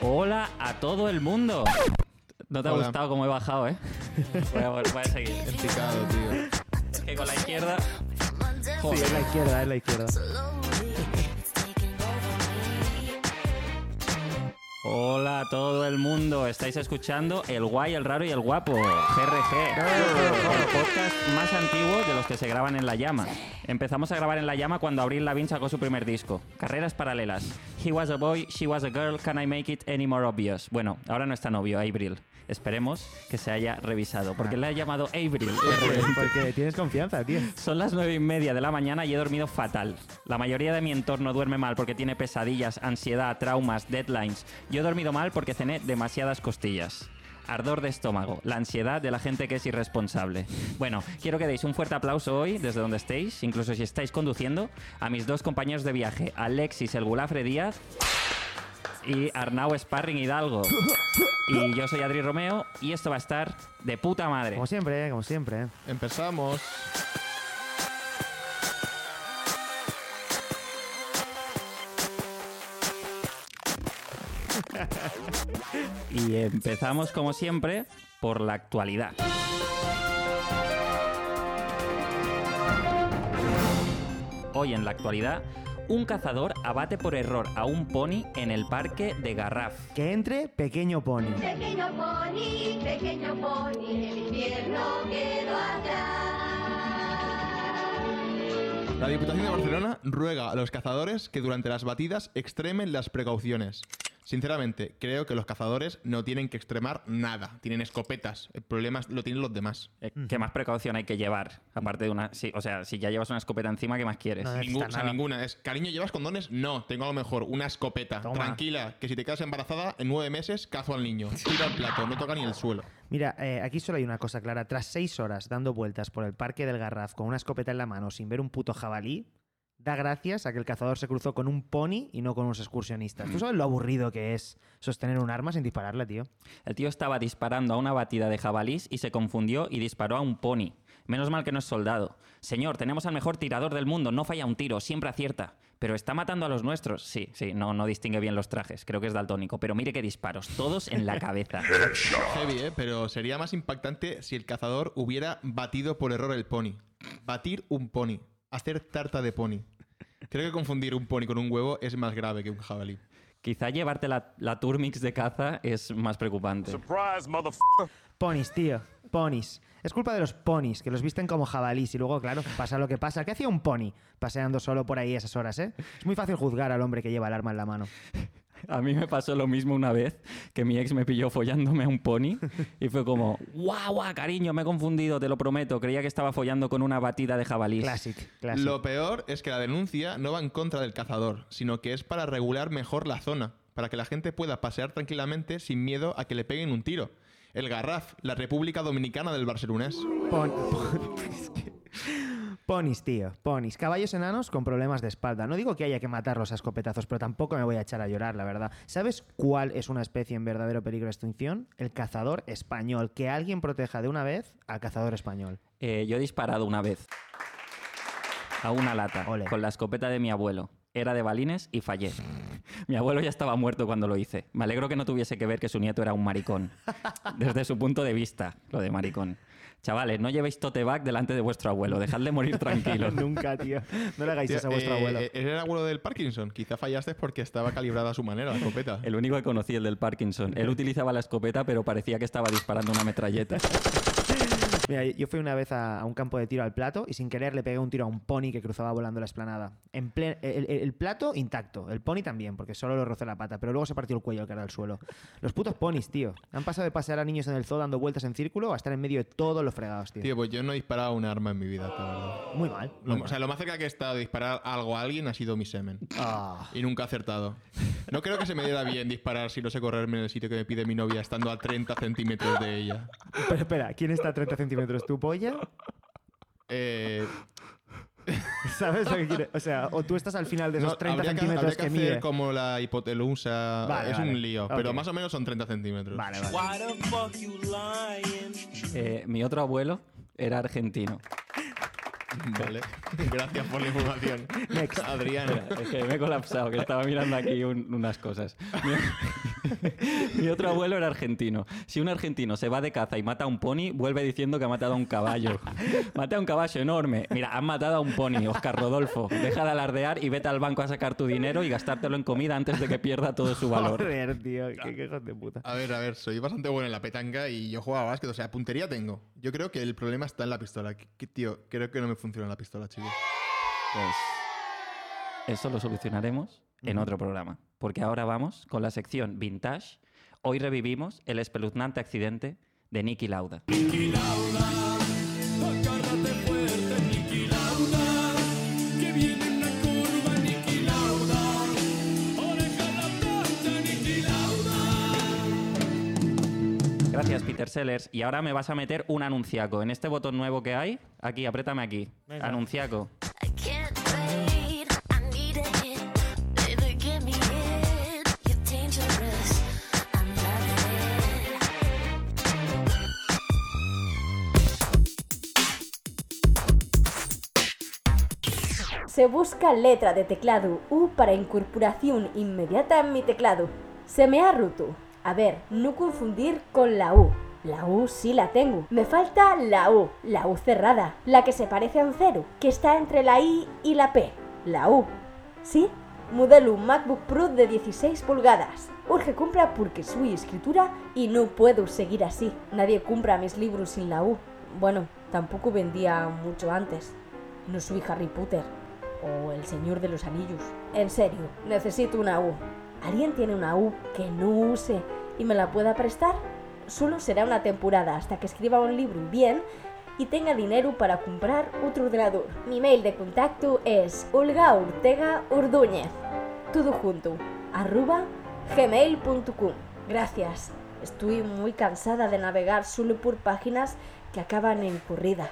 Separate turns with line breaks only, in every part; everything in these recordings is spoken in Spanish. Hola a todo el mundo. No te ha
Hola.
gustado cómo he bajado, ¿eh? Voy a, vol- voy a seguir.
En picado, tío.
Es que con la izquierda.
Sí, es la izquierda, es la izquierda.
Hola a todo el mundo. Estáis escuchando El Guay, El Raro y El Guapo. GRG. El podcast más antiguo de los que se graban en La Llama. Empezamos a grabar en La Llama cuando Abril Lavigne sacó su primer disco. Carreras paralelas. He was a boy, she was a girl, can I make it any more obvious? Bueno, ahora no es tan obvio, Abril. Esperemos que se haya revisado, porque le ha llamado Abril.
Porque tienes confianza, tío.
Son las nueve y media de la mañana y he dormido fatal. La mayoría de mi entorno duerme mal porque tiene pesadillas, ansiedad, traumas, deadlines. Yo he dormido mal porque cené demasiadas costillas. Ardor de estómago, la ansiedad de la gente que es irresponsable. Bueno, quiero que deis un fuerte aplauso hoy, desde donde estéis, incluso si estáis conduciendo, a mis dos compañeros de viaje, Alexis El Gulafre Díaz y Arnau Sparring Hidalgo. Y yo soy Adri Romeo y esto va a estar de puta madre.
Como siempre, eh, como siempre.
Empezamos.
Y empezamos, como siempre, por la actualidad. Hoy en la actualidad, un cazador abate por error a un pony en el parque de Garraf.
Que entre pequeño pony.
Pequeño pony, pequeño pony, el invierno quedó atrás.
La Diputación de Barcelona ruega a los cazadores que durante las batidas extremen las precauciones. Sinceramente, creo que los cazadores no tienen que extremar nada. Tienen escopetas. El problema lo tienen los demás.
Eh, ¿Qué más precaución hay que llevar? Aparte de una... sí, o sea, si ya llevas una escopeta encima, ¿qué más quieres?
No,
Ningú-
eh. necesitan
o sea,
nada.
ninguna. Es, cariño, ¿llevas condones? No, tengo a lo mejor una escopeta.
Toma.
Tranquila, que si te quedas embarazada, en nueve meses cazo al niño. Tira el plato, no toca ni el suelo.
Mira, eh, aquí solo hay una cosa clara. Tras seis horas dando vueltas por el parque del Garraf con una escopeta en la mano sin ver un puto jabalí, da gracias a que el cazador se cruzó con un pony y no con unos excursionistas. ¿Tú sabes lo aburrido que es sostener un arma sin dispararla, tío?
El tío estaba disparando a una batida de jabalís y se confundió y disparó a un pony. Menos mal que no es soldado. Señor, tenemos al mejor tirador del mundo, no falla un tiro, siempre acierta. Pero está matando a los nuestros. Sí, sí, no, no distingue bien los trajes, creo que es daltónico. Pero mire qué disparos, todos en la cabeza.
Heavy, ¿eh? Pero sería más impactante si el cazador hubiera batido por error el pony. Batir un pony. Hacer tarta de pony. Creo que confundir un pony con un huevo es más grave que un jabalí.
Quizá llevarte la, la Turmix de caza es más preocupante.
Surprise, motherfucker.
Ponis, tío. Ponis. Es culpa de los ponis, que los visten como jabalís y luego, claro, pasa lo que pasa. ¿Qué hacía un pony paseando solo por ahí a esas horas, eh? Es muy fácil juzgar al hombre que lleva el arma en la mano.
A mí me pasó lo mismo una vez que mi ex me pilló follándome a un pony y fue como, guau, guau, cariño, me he confundido, te lo prometo. Creía que estaba follando con una batida de jabalís.
Classic, classic.
Lo peor es que la denuncia no va en contra del cazador, sino que es para regular mejor la zona, para que la gente pueda pasear tranquilamente sin miedo a que le peguen un tiro. El Garraf, la República Dominicana del Barcelonés.
Pon- pon- es que- Ponis, tío, ponis. Caballos enanos con problemas de espalda. No digo que haya que matarlos a escopetazos, pero tampoco me voy a echar a llorar, la verdad. ¿Sabes cuál es una especie en verdadero peligro de extinción? El cazador español. Que alguien proteja de una vez al cazador español.
Eh, yo he disparado una vez a una lata
Ole.
con la escopeta de mi abuelo. Era de balines y fallé. Mi abuelo ya estaba muerto cuando lo hice. Me alegro que no tuviese que ver que su nieto era un maricón. Desde su punto de vista, lo de maricón. Chavales, no llevéis tote bag delante de vuestro abuelo. Dejadle morir tranquilo.
Nunca, tío. No le hagáis
Tío,
eso a vuestro
eh,
abuelo.
eh, ¿Era el abuelo del Parkinson? Quizá fallaste porque estaba calibrada a su manera la escopeta.
El único que conocí, el del Parkinson. Él utilizaba la escopeta, pero parecía que estaba disparando una metralleta.
Mira, yo fui una vez a, a un campo de tiro al plato y sin querer le pegué un tiro a un pony que cruzaba volando la esplanada. En ple- el, el- el plato intacto, el pony también, porque solo lo rocé la pata, pero luego se partió el cuello que era al suelo. Los putos ponis, tío. Han pasado de pasear a niños en el zoo dando vueltas en círculo a estar en medio de todos los fregados, tío.
Tío, pues yo no he disparado un arma en mi vida, la verdad.
Muy mal.
Lo- o sea, lo más cerca que he estado de disparar algo a alguien ha sido mi semen.
Ah.
Y nunca he acertado. No creo que se me diera bien disparar si no sé correrme en el sitio que me pide mi novia estando a 30 centímetros de ella.
Pero espera, ¿quién está a 30 centímetros? ¿Tu polla?
Eh,
¿Sabes lo que quiere? O sea, o tú estás al final de esos
no,
30
habría que-
centímetros
habría
que,
que, hacer
mide.
como la hipotelusa.
Vale,
es
vale.
un lío,
Ok.
pero más o menos son 30 centímetros.
Vale, vale.
Why the fuck you lying?
Eh, mi otro abuelo era argentino.
Vale. Gracias por la información.
Next.
Adriana.
Espera, es que me he colapsado, que estaba mirando aquí un- unas cosas. Mi, mi otro abuelo era argentino. Si un argentino se va de caza y mata a un pony, vuelve diciendo que ha matado a un caballo. Mata a un caballo enorme. Mira, han matado a un pony, Oscar Rodolfo. Deja de alardear y vete al banco a sacar tu dinero y gastártelo en comida antes de que pierda todo su valor.
Joder, tío, qué qué hijos de puta.
A ver, a ver, soy bastante bueno en la petanca y yo jugaba a básquet, o sea, puntería tengo. Yo creo que el problema está en la pistola. Que- que, tío, creo que no me funciona la pistola, chicos.
Pues eso lo solucionaremos en otro programa. Porque ahora vamos con la sección Vintage. Hoy revivimos el espeluznante accidente de Nicky Lauda. Gracias, Peter Sellers. Y ahora me vas a meter un anunciaco. En este botón nuevo que hay, aquí, apriétame aquí.
Venga.
Anunciaco.
I can't wait. I need a hit. Baby, give me it. You're dangerous. I'm loving it.
Se busca letra de teclado U para incorporación inmediata en mi teclado. Se me ha roto. A ver, no confundir con la U. La U sí la tengo. Me falta la U, la U cerrada, la que se parece a un cero, que está entre la I y la P. La U. ¿Sí? Modelo MacBook Pro de 16 pulgadas. Urge compra porque soy escritura y no puedo seguir así. Nadie compra mis libros sin la U. Bueno, tampoco vendía mucho antes. No soy Harry Potter o El Señor de los Anillos. En serio, necesito una U. ¿Alguien tiene una U que no use y me la pueda prestar? Solo será una temporada hasta que escriba un libro bien y tenga dinero para comprar otro ordenador. Mi mail de contacto es Olga Ortega Ordóñez. Todo junto. Arroba gmail.com. Gracias. Estoy muy cansada de navegar solo por páginas que acaban en corrida.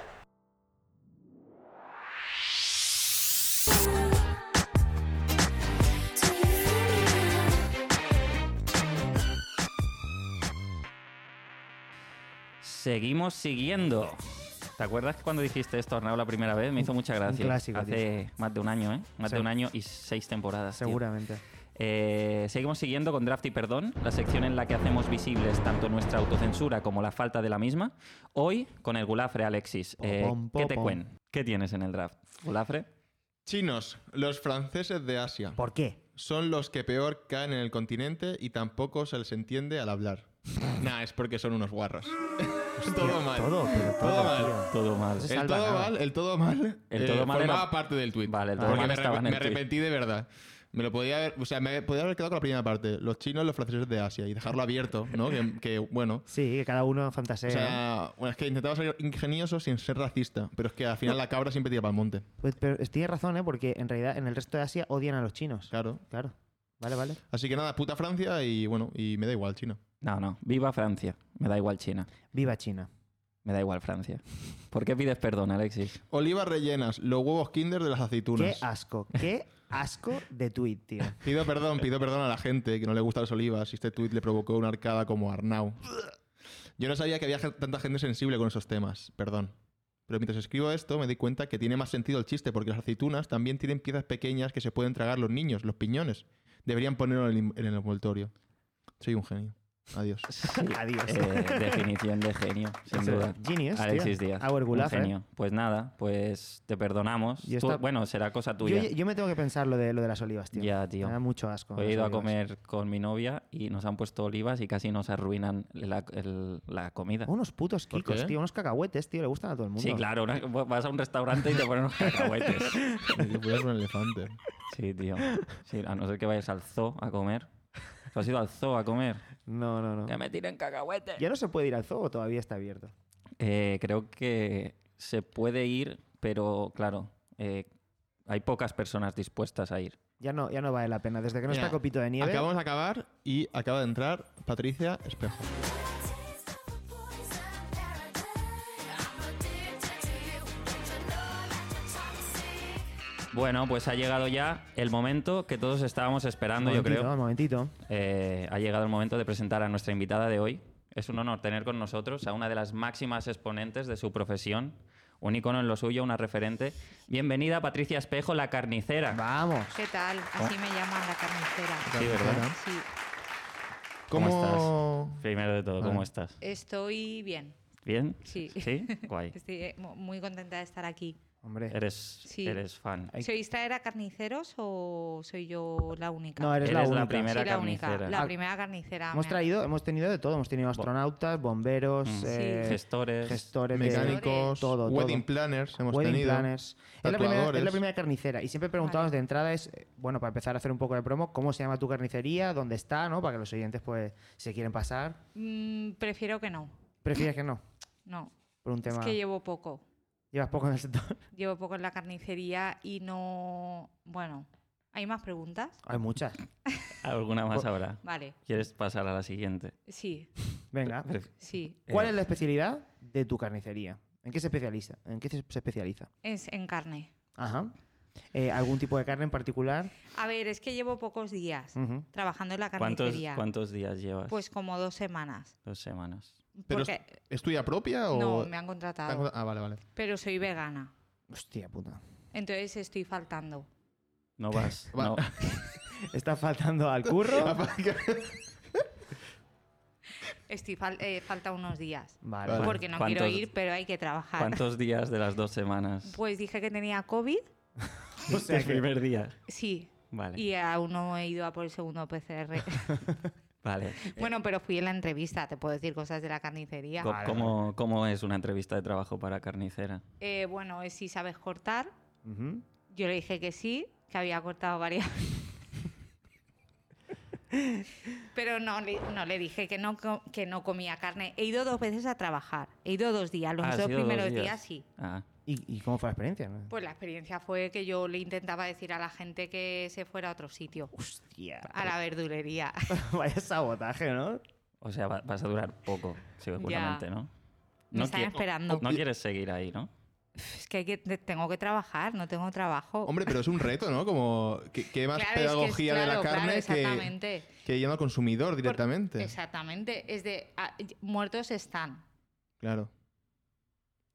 Seguimos siguiendo. ¿Te acuerdas que cuando dijiste esto, Arnau, la primera vez? Me hizo mucha gracia.
clásico,
Hace más de un año, ¿eh? Más
Sí.
de un año y seis temporadas. tío.
Seguramente.
Eh, seguimos siguiendo con Draft y Perdón, la sección en la que hacemos visibles tanto nuestra autocensura como la falta de la misma. Hoy con el Gulafre Alexis. Eh,
Popom,
¿Qué te
popom.
cuen? ¿Qué tienes en el draft? ¿Gulafre?
Chinos, los franceses de Asia,
¿Por qué?
son los que peor caen en el continente y tampoco se les entiende al hablar. nah, es porque son unos guarros. todo mal.
Todo, pero todo,
Todo mal.
tío.
Todo mal. Eh,
Sí.
El
salva
todo
nada.
mal, el todo mal, eh,
El todo mal
formaba
era-
parte del tweet.
Vale, el todo mal
me,
estaba en
me
el tuit.
arrepentí de verdad. Me lo podía haber, o sea, me podía haber quedado con la primera parte, los chinos, los franceses de Asia y dejarlo abierto, ¿no? Que, que, bueno,
Sí, que cada uno fantasea.
o
¿no?
sea, bueno, es que intentaba ser ingenioso sin ser racista, pero es que al final la cabra siempre tira para el monte.
Pues, pero tienes razón, ¿eh? Porque en realidad en el resto de Asia odian a los chinos.
Claro.
Claro. Vale, vale.
Así que nada, puta Francia y bueno, y me da igual China.
No, no. Viva Francia. Me da igual China.
Viva China.
Me da igual Francia. ¿Por qué pides perdón, Alexis?
Olivas rellenas, los huevos Kinder de las
Qué
aceitunas.
asco. Qué asco de tweet, tío.
Pido perdón, pido perdón a la gente que no le gustan las olivas y este tuit le provocó una arcada como Arnau. Yo no sabía que había gen- tanta gente sensible con esos temas, perdón. Pero mientras escribo esto me di cuenta que tiene más sentido el chiste porque las aceitunas también tienen piezas pequeñas que se pueden tragar los niños, los piñones. Deberían ponerlo en el, in- en el envoltorio. Soy un genio. Adiós.
Adiós.
Eh, definición de genio, sin
Eso,
duda.
genius, tío.
Alexis Díaz.
Our
un
Gulaf, ¿eh?
genio. Pues nada, pues te perdonamos.
Y
Tú-
esta-
Bueno, será cosa
Yo,
tuya.
yo me tengo que pensar lo de, lo de las olivas, tío.
Ya, tío.
Me da mucho asco.
Hoy he
las
ido a
olivas.
comer con mi novia y nos han puesto olivas y casi nos arruinan la, el- la comida.
Unos putos
¿Por
kikos,
qué?
tío. Unos cacahuetes, tío. Le gustan a todo el mundo.
Sí, claro, una- vas a un restaurante y te ponen unos cacahuetes.
Me puedes un elefante.
Sí, tío. Sí, a no ser que vayas al zoo a comer. ¿Tú has ido al zoo a comer?
No, no, no.
Que me tiren cacahuetes.
Ya no se puede ir al zoo, todavía está abierto.
Eh, creo que se puede ir, pero claro, eh, hay pocas personas dispuestas a ir.
Ya no, ya no vale la pena. Desde que no está
Mira,
copito de nieve.
Acabamos de acabar y acaba de entrar Patricia Espejo.
Bueno, pues ha llegado ya el momento que todos estábamos
Un
esperando, yo
momentito,
creo.
Un momentito.
Eh, ha llegado el momento de presentar a nuestra invitada de hoy. Es un honor tener con nosotros a una de las máximas exponentes de su profesión, un icono en lo suyo, una referente. Bienvenida Patricia Espejo, la carnicera.
Vamos.
¿Qué tal? Así me llaman la carnicera.
Sí, ¿verdad?
Sí.
¿Cómo
¿Cómo-
Primero de todo, ¿cómo
Vale.
estás?
Estoy bien.
¿Bien?
Sí.
¿Sí? Guay.
Estoy eh, mu- muy contenta de estar aquí.
Hombre.
Eres,
Sí.
eres fan.
Ay.
¿Sois era carniceros o soy yo la única?
No, eres la única.
Soy
primera
la
carnicera.
única.
Ah.
La primera carnicera.
Hemos
me-
traído, hemos tenido de todo. Hemos tenido astronautas, bomberos,
Mm.
eh,
Gestores.
gestores de-
Mecánicos,
todo, todo.
wedding planners hemos
wedding
tenido.
planners. Es la, primera, es la
tatuadores.
primera carnicera. Y siempre preguntamos
Vale.
de entrada es, eh, bueno, para empezar a hacer un poco de promo, ¿cómo se llama tu carnicería? ¿Dónde está? ¿No? Para que los oyentes, pues, si se quieren pasar.
Mm, prefiero que no.
¿Prefieres que no?
No.
Por un tema.
Es que llevo poco.
Llevas poco en el sector.
Llevo poco en la carnicería y no. Bueno, ¿hay más preguntas?
Hay muchas.
¿Alguna más ahora?
Vale,
¿Quieres pasar a la siguiente?
sí,
Venga.
sí.
¿Cuál
Eh,
es la especialidad de tu carnicería? ¿En qué se especializa? ¿En qué se se especializa?
Es en carne.
Ajá. Eh, ¿Algún tipo de carne en particular?
A ver, es que llevo pocos días
Ujú.
trabajando en la
¿Cuántos,
carnicería.
cuántos días llevas?
Pues como dos semanas.
Dos semanas.
¿Pero
Porque-
es, es tuya propia o...?
No, me han
te
contratado.
han contado? Ah, vale, vale.
Pero soy vegana.
Hostia puta.
Entonces estoy faltando.
No vas.
Va-
no.
Está faltando al curro.
Estoy fal- eh, falta unos días.
Vale.
Vale.
Porque no quiero
¿Cuántos-
ir, pero hay que trabajar.
¿Cuántos días de las dos semanas?
Pues dije que tenía COVID.
O sea
el
que-
primer día.
Sí.
Vale.
Y aún no he ido a por el segundo PCR.
Vale.
bueno, pero fui en la entrevista. Te puedo decir cosas de la carnicería.
Co-
Vale,
¿Cómo, cómo es una entrevista de trabajo para carnicera?
Eh, bueno, es si sabes cortar.
Ujú.
Yo le dije que sí, que había cortado varias. Pero no le, no le dije que no, co- que no comía carne. He ido dos veces a trabajar. He ido dos días. Los
Ah, ¿has
dos
ido dos
primeros
días?
días sí.
Ah,
¿Y, y cómo fue la experiencia? no?
Pues la experiencia fue que yo le intentaba decir a la gente que se fuera a otro sitio,
Hostia.
a la verdulería.
Vaya sabotaje, ¿no?
o sea, va- vas a durar poco, seguramente, ¿no?
Me
No,
están
quie-
esperando.
no quieres seguir ahí, ¿no?
Es que, hay que- te- tengo que trabajar, no tengo trabajo.
Hombre, pero es un reto, ¿no? Como que, que más
Claro, es que es-
pedagogía de la
claro, claro,
carne que,
exactamente.
que yendo al consumidor
Por-
directamente.
exactamente. Es de ah, y- muertos están.
Claro.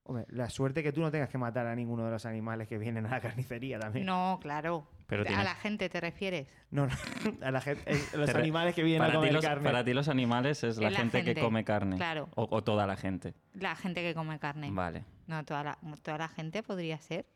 Hombre, la suerte que tú no tengas que matar a ninguno de los animales que vienen a la carnicería también.
No, claro.
Pero
a
tienes-
la gente te refieres.
No, no, a la gente, eh, los
Te re-
animales que vienen a
Para ti,
comer
los,
carne.
para ti los animales es la,
Es la
gente, que
gente,
come carne.
claro.
O, o toda la gente.
La gente que come carne.
Vale.
No, toda la, toda la gente podría ser.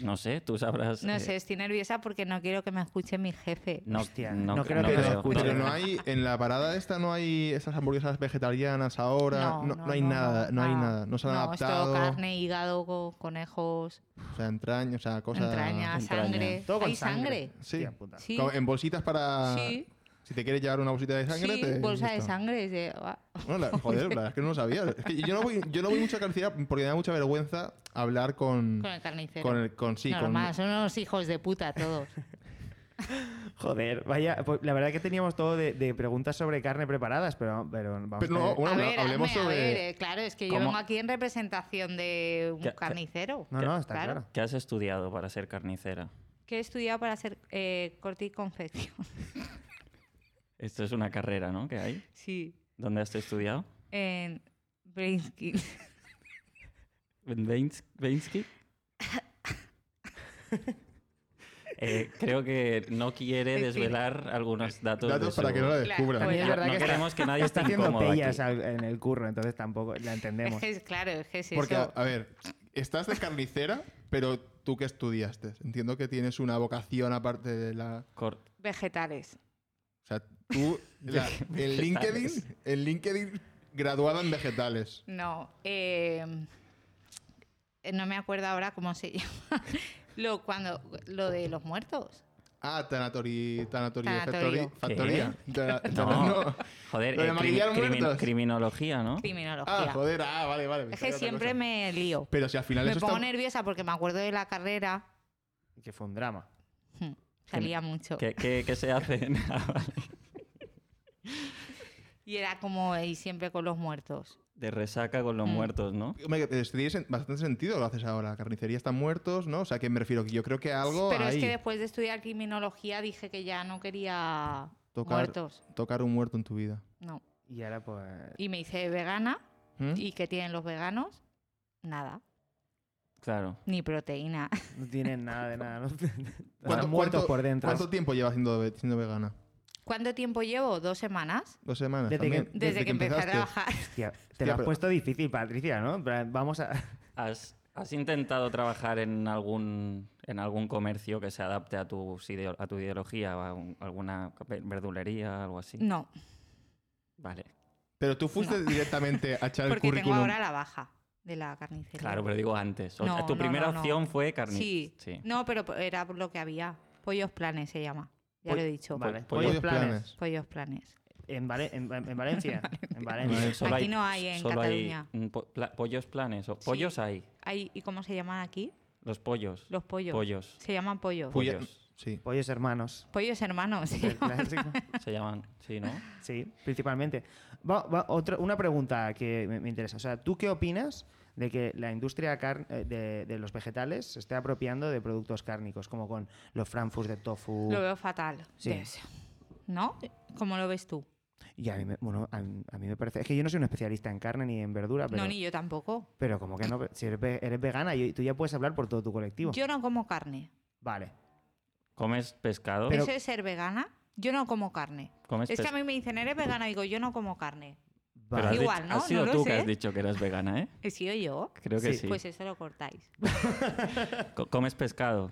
No sé, tú sabrás.
No
eh,
sé, estoy nerviosa porque no quiero que me escuche mi jefe.
No,
Hostia,
no,
no creo
no
que lo
creo.
escuche.
Pero no hay, en la parada esta no hay esas hamburguesas vegetarianas ahora, no,
No,
no
no,
hay
no,
nada, no, hay nada, no se han
no, es todo
adaptado,
carne, hígado, co- conejos,
o sea, entrañas, o sea, cosas...
entrañas,
entraña.
sangre.
Todo con
¿Hay sangre?
Sí.
Hostia puta.
Sí.
Como En bolsitas para...
Sí.
Si te quieres llevar una bolsita de sangre...
sí,
te-
bolsa de
listo.
sangre. es de- ah,
No, la- joder, la verdad es que no lo sabía. Es que yo no voy, yo no voy mucho a carnicería porque me da mucha vergüenza hablar con...
con el carnicero.
Mm. Con el, con, sí, con,
Normal, son unos hijos de puta todos.
Joder, vaya, pues la verdad que teníamos todo de, de preguntas sobre carne preparadas, pero, pero vamos
Pero
a
no,
tener-
bueno,
a ver,
hablemos
hazme, a
sobre...
ver, eh, claro, es que yo
¿Cómo?
vengo aquí en representación de un
¿Qué- qué-
carnicero.
No, no, está
claro.
claro.
¿Qué has estudiado para ser carnicera?
Que he estudiado para hacer eh, corte y confección.
Esto es una carrera, ¿no? ¿Qué hay?
sí.
¿Dónde has estudiado?
En Brainskin.
¿En Veins- Veinsky? Eh, creo que no quiere
Es que-
desvelar algunos datos. de
Datos para
su-
que no la
Claro,
descubran.
pues-
También es
No,
verdad
no
que está-
queremos que nadie esté
está haciendo
incómodo
pellas
aquí.
al- en el curro, entonces tampoco la
Es
entendemos.
que es- claro, es que es
Porque,
eso.
a ver, estás de carnicera, pero tú que estudiaste. Entiendo que tienes una vocación aparte de la.
Cor-
Vegetales.
O sea, tú. la- en LinkedIn.
Vegetales.
En LinkedIn graduada en vegetales.
No, eh, no me acuerdo ahora cómo se llama. lo, cuando, lo de los muertos.
Ah, tanatori, tanatori,
Tanatorio.
factori- factoría. Tana- tana-
No.
no.
Joder,
Lo de
eh, crimi-
maquillar
crimin-
muertos.
criminología, ¿no?
Criminología.
Ah, joder, ah, vale, vale.
es
pensaba
que
otra
siempre
cosa.
me lío.
Pero si al final
Me
eso
pongo
está.
nerviosa porque me acuerdo de la carrera.
Que fue un drama.
Hmm, Salía mucho.
¿Qué, qué- qué se hace? Ah, vale.
Y era como y siempre con los muertos.
De resaca con
Mm.
los muertos, ¿no?
Hombre, que tiene sen- bastante sentido lo haces ahora. Carnicería están muertos, ¿no? O sea, que me refiero que yo creo que algo.
Pero
ahí,
es que después de estudiar criminología dije que ya no quería
tocar,
muertos.
Tocar un muerto en tu vida.
No.
Y ahora pues...
Y me hice vegana.
¿Mm?
¿Y qué tienen los veganos? Nada.
Claro.
Ni proteína.
No tienen nada de nada. ¿no?
¿Cuánto-
Están muertos
cuánto-
por dentro.
¿Cuánto tiempo llevas siendo, ve- siendo vegana?
¿Cuánto tiempo llevo? ¿Dos semanas?
¿Dos semanas?
Desde que-
también?
Desde, que, empecé a trabajar.
Hostia, te
Hostia,
lo has
pero-
puesto difícil, Patricia, ¿no? En plan, Vamos a...
¿Has, has intentado trabajar en algún, en algún comercio que se adapte a, tus ideo- a tu ideología, o a un- alguna ve- verdulería, algo así?
Mm.
No,
Vale.
Pero tú fuiste directamente a echar el
porque tengo
currículum.
ahora la baja de la carnicería.
Claro, pero digo antes. O-
No,
tu
no,
primera
no, no.
opción fue carne.
Sí. No, pero era lo que había. Pollos planes se llama. Ya
Pol-
lo he dicho.
Vale,
pollos
pollos planes.
Pollos planes.
En, Vale- en- en Valencia. en Valencia.
Solo
Aquí no hay en
solo hay,
Cataluña.
mm, po- pla- pollos planes. O,
Sí.
pollos hay.
Hay- ¿Y cómo se llaman aquí?
Los pollos.
Los pollos.
Pollos.
Se llaman pollos.
Fui a-
pollos.
Sí.
Pollos hermanos.
Pollos hermanos. se
El
llaman.
clásico.
Se llaman. Sí, ¿no?
Sí, principalmente. Va- va- otra, una pregunta que me, me interesa. O sea, ¿tú qué opinas de que la industria car- eh, de, de los vegetales se esté apropiando de productos cárnicos, como con los frankfurts de tofu?
Lo veo fatal.
Sí.
Ves. ¿No? ¿Cómo lo ves tú?
Y a mí, me, bueno, a, mí- a mí me parece... Es que yo no soy un especialista en carne ni en verdura, pero...
No, ni yo tampoco.
Pero como que no, si eres, ve- eres vegana, yo- tú ya puedes hablar por todo tu colectivo.
Yo no como carne.
Vale.
¿Comes pescado?
Eso de ser vegana, yo no como carne.
¿Comes
Es que a
pes-
mí me dicen, eres vegana, digo, yo no como carne.
Pero
vale.
has dicho-
Igual, ¿no?
Has
No
sido
lo
tú que
sé.
has dicho que eras vegana, ¿eh?
¿He sido yo?
Creo que sí.
Pues eso lo cortáis.
Co- ¿Comes pescado?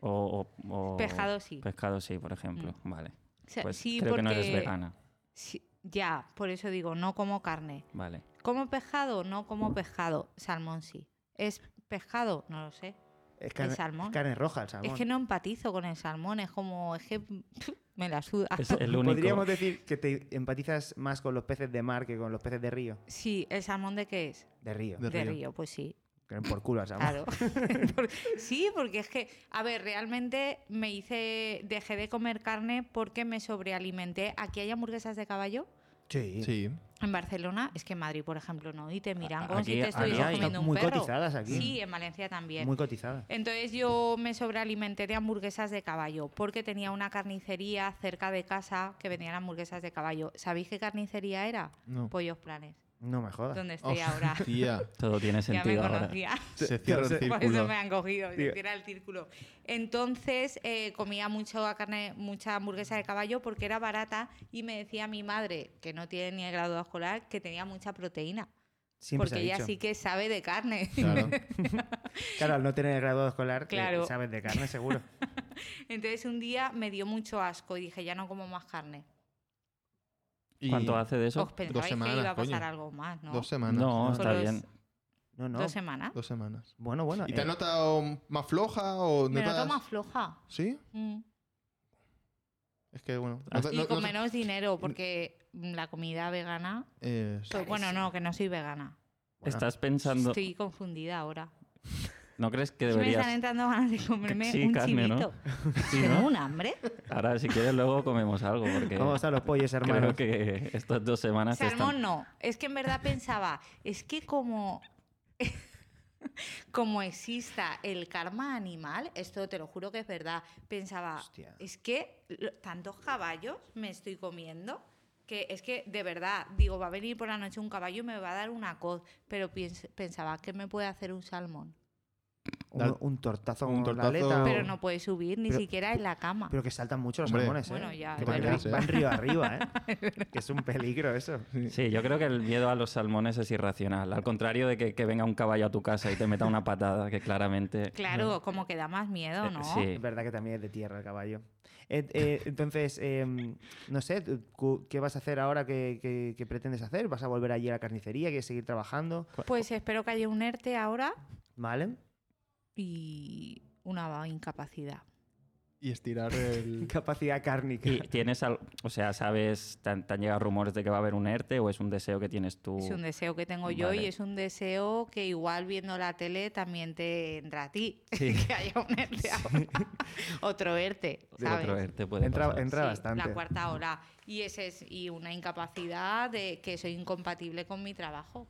O, o- o-
Pescado sí. Mm.
Pescado sí, por ejemplo. Vale.
O sea,
Pues
sí,
creo
porque...
que no eres vegana.
sí, ya, por eso digo, no como carne.
Vale.
¿Como pescado? No como pescado. Salmón sí. ¿Es pescado? No lo sé.
Es carne,
salmón.
es carne roja el salmón.
Es que no empatizo con el salmón. Es como, es que me la suda.
Es el único.
Podríamos decir que te empatizas más con los peces de mar que con los peces de río.
Sí, ¿el salmón de qué es?
De río.
De
De,
río.
río. pues sí.
Que eran por culo al salmón.
Claro. Por- sí, porque es que, a ver, realmente me hice, dejé de comer carne porque me sobrealimenté. ¿Aquí hay hamburguesas de caballo?
Sí.
Sí.
En Barcelona, es que en Madrid, por ejemplo, no. Y te miran
A-
como
aquí-
si
ah,
te
no,
estuvieses
hay
comiendo un
muy
perro.
cotizadas aquí.
Sí, en Valencia también.
Muy cotizada.
Entonces yo me sobrealimenté de hamburguesas de caballo porque tenía una carnicería cerca de casa que vendían hamburguesas de caballo. ¿Sabéis qué carnicería era?
No.
Pollos Planes,
No me jodas.
donde estoy Este ahora.
Tía,
Todo Ah. Oh, tiene
ya me
sentido ahora.
conocía.
se cierra el
Por
Por eso
círculo.
me han cogido,
Tío.
Pues se cierra el círculo. Entonces eh, comía mucho a carne, mucha hamburguesa de caballo porque era barata y me decía mi madre, que no tiene ni el grado escolar, que tenía mucha proteína.
Siempre se
porque
ha
ella
dicho.
sí que sabe de carne.
Claro.
Claro, al no tener el graduado escolar, te-
Claro.
sabes de carne seguro.
Entonces un día me dio mucho asco y dije, ya no como más carne.
Y
¿Cuánto hace de eso?
Os pensabais
semanas,
que iba a pasar
coño.
algo más, ¿no?
Dos semanas.
No,
Solo
está
es-
bien.
No, no.
¿Dos semanas.
Dos semanas.
Bueno,
Ah,
bueno.
¿Y te
eh,
has notado más floja o
Me
notas-
noto más floja.
¿Sí?
Mm.
Es que bueno.
Ah.
no te-
y
no- no-
con menos dinero, porque mm, la comida vegana.
Eh,
pues, bueno, no, que no soy vegana.
Bueno.
Estás pensando.
Estoy confundida ahora.
¿No crees que
Sí me están
deberías?
entrando ganas de comerme
sí,
un
carne, ¿no?
chivito.
Sí,
Tengo
¿no?
un hambre.
Ahora, si quieres, luego comemos algo. Porque
Vamos a los pollos,
creo
hermano.
que estas dos semanas.
Salmón
están-
no. Es que en verdad pensaba, es que como. Como exista el karma animal, esto te lo juro que es verdad. Pensaba,
Hostia.
es que lo- tantos caballos me estoy comiendo que es que de verdad, digo, va a venir por la noche un caballo y me va a dar una coz, pero piens- pensaba, ¿qué me puede hacer un salmón?
Un, un tortazo
Un
con
tortazo-
la aleta. o-
Pero no puede subir ni
Pero-
siquiera en la cama.
Pero que saltan mucho los
Hombre.
salmones, ¿eh?
Bueno, ya,
Que
es
van,
verdad.
ri- van río arriba, ¿eh? que es un peligro eso.
Sí, yo creo que el miedo a los salmones es irracional. Al contrario de que, que venga un caballo a tu casa y te meta una patada, que claramente.
claro, como que da más miedo,
Eh,
¿no?
sí.
Es verdad que también es de tierra el caballo. Eh, eh, entonces, eh, no sé, tú- cu- ¿qué vas a hacer ahora? ¿Qué, qué, qué pretendes hacer? ¿Vas a volver allí a la carnicería? ¿Quieres seguir trabajando?
Pues espero que haya un ERTE ahora
¿Vale?
y una incapacidad.
Y estirar el.
Capacidad cárnica.
¿Y tienes al- o sea, sabes, te han, te han llegado rumores de que va a haber un ERTE o es un deseo que tienes tú?
Es un deseo que tengo yo
Vale.
y es un deseo que igual viendo la tele también te entra a ti.
Sí.
que haya un ERTE ahora. Otro ERTE,
de
¿sabes?
otro ERTE puede
Entra,
pasar.
entra
Sí,
bastante.
La cuarta ola. Y ese es y una incapacidad de que soy incompatible con mi trabajo.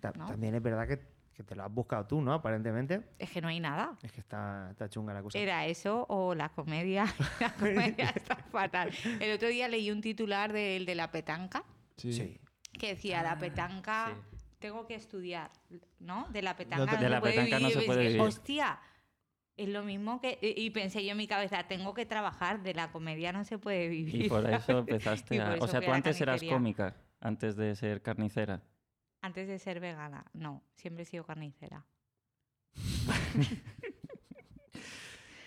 Ta-
¿no?
También es verdad que, que te lo has buscado tú, ¿no? Aparentemente.
Es que no hay nada.
Es que está, está chunga la
Pues
cosa.
Era eso o la comedia. La comedia está fatal. El otro día leí un titular del de la petanca
Sí.
Sí.
que decía la petanca
Ah, sí.
tengo que estudiar, ¿no? De la petanca
No te- de la petanca no se
Y
puede
pensé,
vivir.
Hostia, es lo mismo que... Y y pensé yo en mi cabeza, tengo que trabajar, de la comedia no se puede vivir.
Y por eso empezaste
Y por
a...
eso
O sea,
fui
tú
a la
antes eras
carnicería.
cómica, antes de ser carnicera.
Antes de ser vegana, no, siempre he sido carnicera.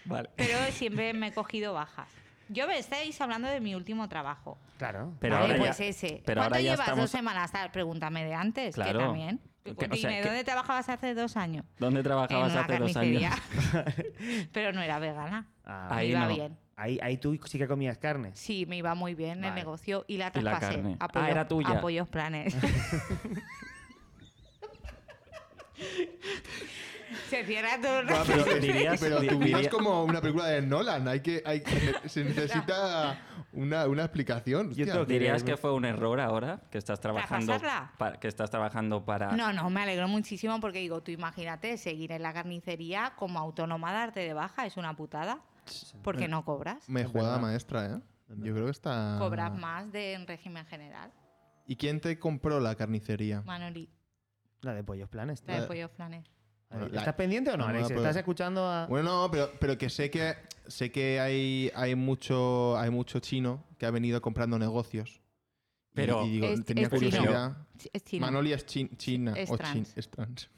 Vale.
Pero siempre me he cogido bajas. Yo me estáis hablando de mi último trabajo.
Claro.
Pero
vale,
ahora
pues
ya-
ese.
pero
¿Cuánto
ahora ya
llevas?
estamos-
Dos semanas. Tal, pregúntame de antes,
Claro.
que también.
Que- o sea,
Dime,
que-
¿dónde trabajabas hace dos años?
¿Dónde trabajabas
en una
hace dos
carnicería.
años?
Pero no era vegana.
Ah,
Ahí
me iba
no.
bien.
ahí, ahí tú sí que comías carne.
Sí, me iba muy bien el
Vale.
negocio y la
Y la
traspasé.
carne. Ah,
Apoyos-
era tuya.
Apoyos planes. Se cierra todo el
Va,
rato.
pero dirías-
pero
di-
tu vida es
diría-
como una película de Nolan. Hay que, hay que- se necesita una, una explicación.
Yo
hostia.
tengo
¿Dirías
Dime.
que fue un error ahora que estás trabajando
pasarla?
para, que estás trabajando para
No, no, me alegro muchísimo porque digo, tú imagínate seguir en la carnicería como autónoma darte de baja, es una putada. Porque no cobras.
Me Ah. jugada
verdad.
maestra, ¿eh? Yo creo que está.
Cobras más de en régimen general.
¿Y quién te compró la carnicería?
Manoli,
La de pollos planes. tío.
la de
Eh,
pollos planes.
Ahí,
bueno, la-
¿Estás pendiente o
No,
no,
no,
Alex?
pero-
¿Estás escuchando a...?
Bueno, no, pero, pero que sé que sé que hay, hay mucho hay mucho chino que ha venido comprando negocios. Y-
Pero-
y, digo,
Es-
tenía
es chino.
curiosidad.
Sí, Es chino.
Manoli es chin- china
Es
o
trans.
chin- es trans.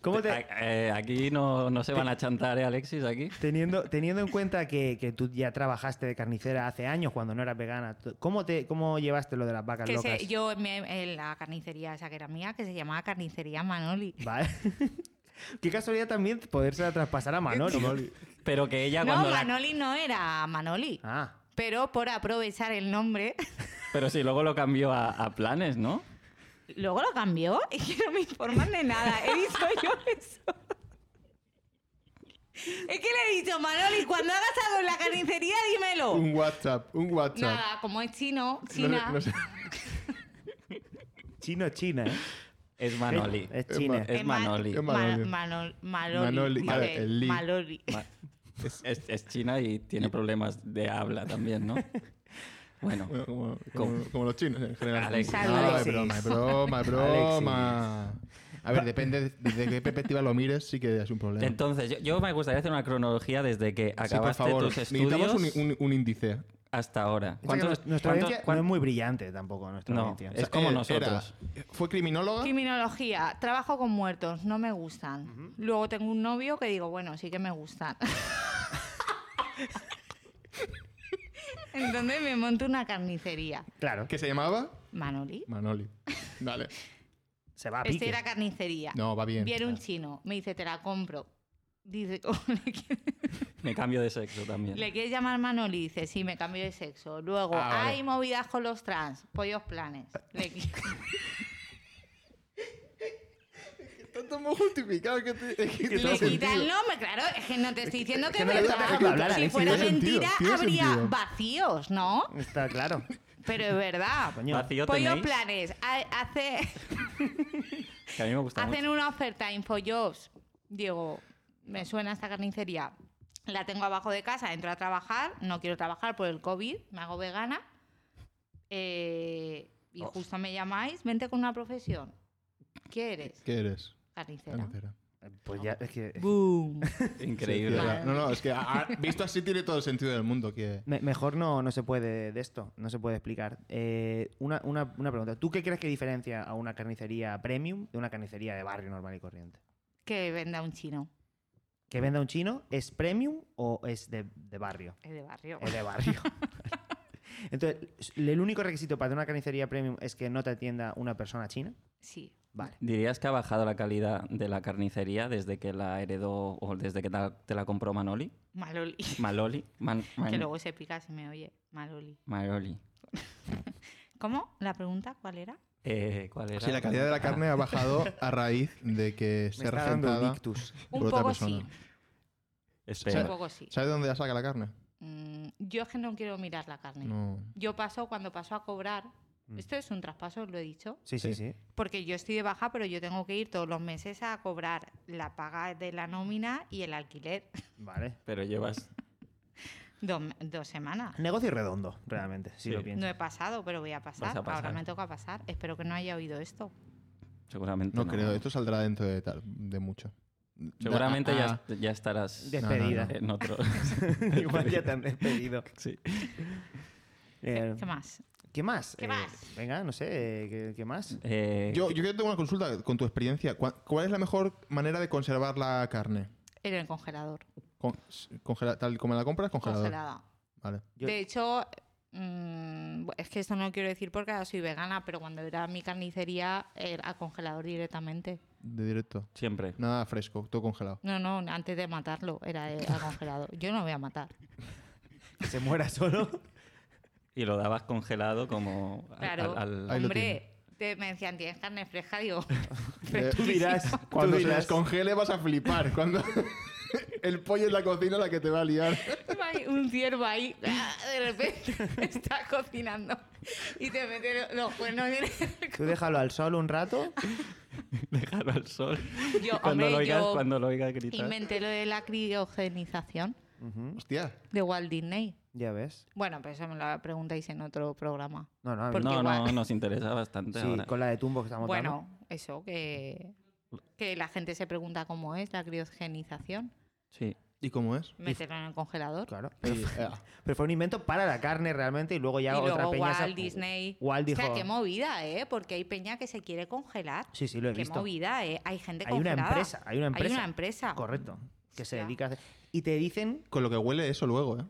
¿Cómo te-
A- eh, aquí no, no se van a chantar, ¿eh, Alexis, aquí.
Teniendo, teniendo en cuenta que, que tú ya trabajaste de carnicera hace años cuando no eras vegana, tú- ¿cómo, te, cómo llevaste lo de las vacas
Que se-
locas?
yo en, mi- en la carnicería esa que era mía, que se llamaba Carnicería Manoli.
Vale. Qué casualidad también poderse traspasar a Manoli.
Pero que ella
No,
cuando la-
Manoli no era Manoli.
ah,
Pero por aprovechar el nombre,
Pero sí, luego lo cambió a, a planes, ¿no?
luego lo cambió y que no me informan de nada. He dicho yo eso. Es que le he dicho, Manoli, cuando hagas algo en la carnicería, dímelo.
Un WhatsApp, un WhatsApp.
Nada, como es chino,
No sé-
China.
no sé.
chino-china, ¿eh?
Es Manoli.
Es china.
Es eh,
Ma-
Manoli.
Es Manoli.
Ma- Manol- Maloli.
Manoli, claro,
Dice,
el li.
Maloli.
Ma- Es, es- es china y tiene problemas de habla también, ¿no? Bueno,
Bueno, como, como- como los chinos en general.
Alexis.
No, es
Alexis.
broma, es broma, es broma. A ver, depende de- desde qué perspectiva lo mires, sí que es un problema.
entonces yo, yo me gustaría hacer una cronología desde que
Sí, por
acabaste
favor,
tus estudios
necesitamos un, un- un índice.
hasta ahora.
Piensa que
¿Cuántos-
nuestra
cuántos-
audiencia no
cuán-
es muy brillante tampoco, nuestra
No,
audiencia.
es- como
eh, era-
nosotros.
fue criminóloga.
Criminología, trabajo con muertos, no me gustan. Luego tengo un novio que digo, bueno, sí que me gustan. Entonces me monto una carnicería.
Claro,
que se llamaba
Manoli.
Manoli. Vale.
se va a
Este
pique.
era carnicería.
No, va bien.
Viene un chino, me dice, te la compro. Dice, "¿Cómo le quieres
Me cambio de sexo también.
¿Le quieres llamar Manoli? Dice, sí, me cambio de sexo. Luego,
Ah, vale.
hay movidas con los trans, pollos planes. Le qui-
Está todo muy justificado que te, que tiene
Le
sentido.
quita el nombre, claro, es que no te estoy diciendo que,
que no
me
le
lo
estás
trago.
dejando hablar,
Si
Alexis,
fuera
tiene sentido,
mentira,
tiene
habría
sentido.
vacíos, ¿no?
Está claro.
Pero es verdad.
Coño.
Vacío
Pollo
tenéis,
Planes ha- hace,
que a mí me gusta mucho.
hacen una oferta InfoJobs. Digo, me suena esta carnicería. La tengo abajo de casa, entro a trabajar. No quiero trabajar por el COVID, me hago vegana. Eh, y justo me llamáis, vente con una profesión. ¿Qué eres?
¿Qué eres?
Carnicera.
Carnicera.
Pues ya, es que...
Boom.
Increíble.
Sí, cierra. No, no, es que a- a- visto así tiene todo el sentido del mundo. Que...
Me- mejor no, no se puede de esto, no se puede explicar. Eh, una, una- una pregunta. ¿Tú qué crees que diferencia a una carnicería premium de una carnicería de barrio normal y corriente?
Que venda un chino.
¿Que venda un chino es premium o es de, de barrio?
Es de barrio.
Es de barrio. Entonces, ¿el único requisito para una carnicería premium es que no te atienda una persona china?
Sí.
Vale.
¿Dirías que ha bajado la calidad de la carnicería desde que la heredó o desde que ta- te la compró Manoli?
Maloli.
Maloli. Man- man-
Que luego se pica si me oye. Maloli.
Maloli.
¿Cómo? ¿La pregunta cuál era?
Eh, ¿Cuál era?
Sí, la calidad de la carne ha bajado a raíz de que
Me
se
está dando un
regentada
ictus.
por
Un
otra
poco
persona.
sí.
Espera.
Un poco sí.
¿Sabes dónde la saca la carne?
Mm, yo es que no quiero mirar la carne.
No.
Yo paso, cuando paso a cobrar, esto es un traspaso, os lo he dicho,
Sí, sí, sí.
porque yo estoy de baja, pero yo tengo que ir todos los meses a cobrar la paga de la nómina y el alquiler.
Vale.
Pero llevas
Dos, me- dos semanas.
Negocio redondo, realmente, si
Sí.
lo piensas.
No he pasado, pero voy a pasar.
Vas a pasar.
Ahora me toca pasar. Espero que no haya oído esto.
Seguramente.
No creo, esto saldrá dentro de, tal- de mucho.
Seguramente
Da- ah.
ya, ya estarás
no,
Despedida.
no.
en otro.
Igual ya te han despedido.
Sí.
¿Qué,
Eh,
qué más?
¿Qué más?
¿Qué
Eh,
más?
venga, no sé, eh, ¿qué, qué más?
Eh,
Yo, yo tengo una consulta con tu experiencia. ¿Cuál, cuál es la mejor manera de conservar la carne?
En el congelador.
Con- congela- tal como la compras, congelador.
Congelada.
Vale.
Yo-
De hecho, mm, es que esto no lo quiero decir porque ahora soy vegana, pero cuando era mi carnicería, era a congelador directamente.
De directo.
Siempre.
Nada fresco, todo congelado.
No, no, antes de matarlo, era eh, a congelador. Yo no voy a matar.
Que se muera solo.
Y lo dabas congelado como al-
Claro,
al- al-
Ahí lo
hombre, te, me decían, ¿tienes carne fresca? Digo,
Eh,
Tú dirás,
Cuando
tú
se
dirás,
descongele vas a flipar. Cuando el pollo en la cocina la que te va a liar.
hay un ciervo ahí, ah, de repente está cocinando y te mete lo- los cuernos en el-
tú déjalo al sol un rato.
dejarlo al sol.
Yo,
cuando
hombre,
lo oigas,
yo
cuando lo oigas gritar.
Inventé lo de la criogenización
Ujú,
Hostia.
de Walt Disney.
ya ves.
Bueno, pero eso me lo preguntáis en otro programa.
No, no, a mí-
Porque
No, no,
igual-
nos interesa bastante
sí,
ahora.
con la de tumbos que estamos dando.
Bueno, eso, que, que la gente se pregunta cómo es la criogenización.
Sí.
¿Y cómo es?
Meterlo en el congelador.
Claro.
Y, eh,
Pero fue un invento para la carne realmente y luego ya
y
otra
luego
peña. se-
Walt Disney.
Walt
O sea,
dijo-
qué movida, ¿eh? Porque hay peña que se quiere congelar.
Sí, sí, lo he
qué
visto.
movida, ¿eh? Hay gente
Hay una
congelada.
empresa, hay una empresa.
Hay una empresa.
Correcto. Que se
Hostia.
dedica a hacer. Y te dicen,
con lo que huele eso luego, ¿eh?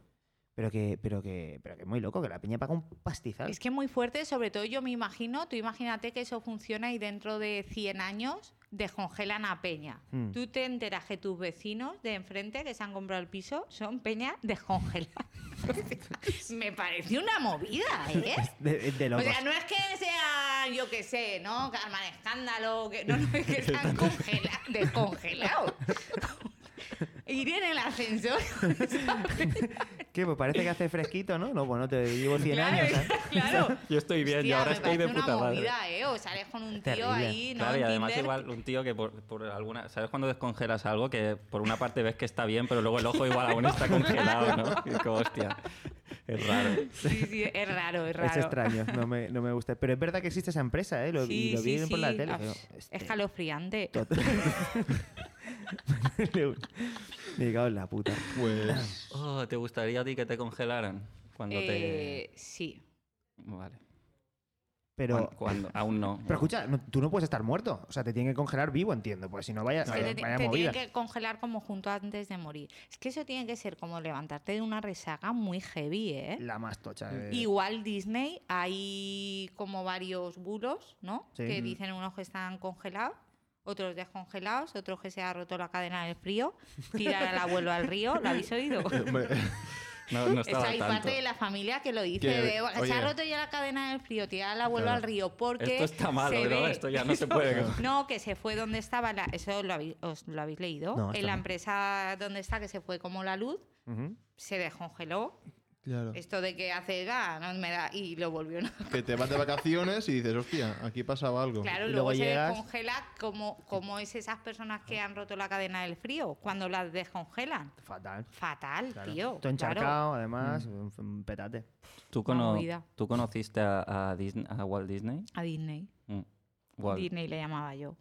pero que, pero que, pero que muy loco, que la peña paga un pastizal.
Es que muy fuerte, sobre todo yo me imagino, tú imagínate que eso funciona y dentro de 100 años descongelan a Peña.
Mm.
Tú te enteras que tus vecinos de enfrente que se han comprado el piso son Peña descongelada. me parece una movida, ¿eh?
De, de
O
locos.
sea, no es que sea, yo qué sé, ¿no? Carmen Escándalo, que no, no, es que están congela- descongelados. Ir en el ascensor.
¿Qué? Pues parece que hace fresquito, ¿no? No, bueno, te llevo 100
claro,
años. ¿eh? ¿sabes?
claro.
Yo estoy bien y
Hostia,
ahora
me
estoy de
parece una
puta madre.
movida, ¿eh? O sales con un tío
Terrible.
ahí, ¿no?
Claro, y
En
además
Tinder.
igual un tío que por, por alguna... ¿Sabes cuando descongelas algo que por una parte ves que está bien, pero luego el ojo igual aún está congelado, ¿no? Y como, hostia, es raro.
Sí, sí, es raro, es raro.
Es extraño, no me, no me gusta. Pero es verdad que existe esa empresa, ¿eh? Lo, y
Sí,
lo vi
sí,
por la
sí.
tele.
Ah,
Digo,
Es
este-
escalofriante.
Me cago en la puta.
Pues.
Oh, ¿te gustaría a ti que te congelaran? Cuando
Eh, sí.
te... Vale.
Pero,
Cuan- Cuando, aún no.
pero escucha, no- tú no puedes estar muerto. O sea, te tienen que congelar vivo, entiendo. Pues si no, vaya,
Es que
vaya,
te,
vaya
te
movida.
tienen que ¿eh? congelar como junto antes de morir. Es que eso tiene que ser como levantarte de una resaca muy heavy, ¿eh?
La más tocha. de-
Igual Disney, hay como varios bulos, ¿no?
Sí.
Que
Mm.
dicen unos que están congelados, otros descongelados, otros que se ha roto la cadena del frío, tirar al abuelo al río, ¿lo habéis oído?
hombre,
No, no
O sea,
estaba
hay
al tanto.
parte de la familia que lo dice,
Que,
de, se
oye.
ha roto ya la cadena del frío, tirar al abuelo
Claro.
al río, porque
Esto está malo,
se
bro,
ve-
esto ya no se puede.
No, que se fue donde estaba la... Eso lo habéis, os lo habéis leído.
No, esto
en la
no.
empresa donde está, que se fue como la luz,
Ujú.
se descongeló.
claro.
Esto de que hace, ah, no me da... Y lo volvió una
Que te vas de vacaciones y dices, hostia, aquí pasaba algo.
Claro,
Y
luego,
luego
se
llegas-
descongela como, como es esas personas que han roto la cadena del frío, cuando las descongelan.
Fatal.
Fatal,
Claro.
tío.
Todo encharcado,
claro.
además,
Mm.
un- un petate.
¿Tú,
Una
cono-
movida.
¿Tú conociste a, a Disney- a Walt Disney?
A Disney.
Mm. Walt.
Disney le llamaba yo.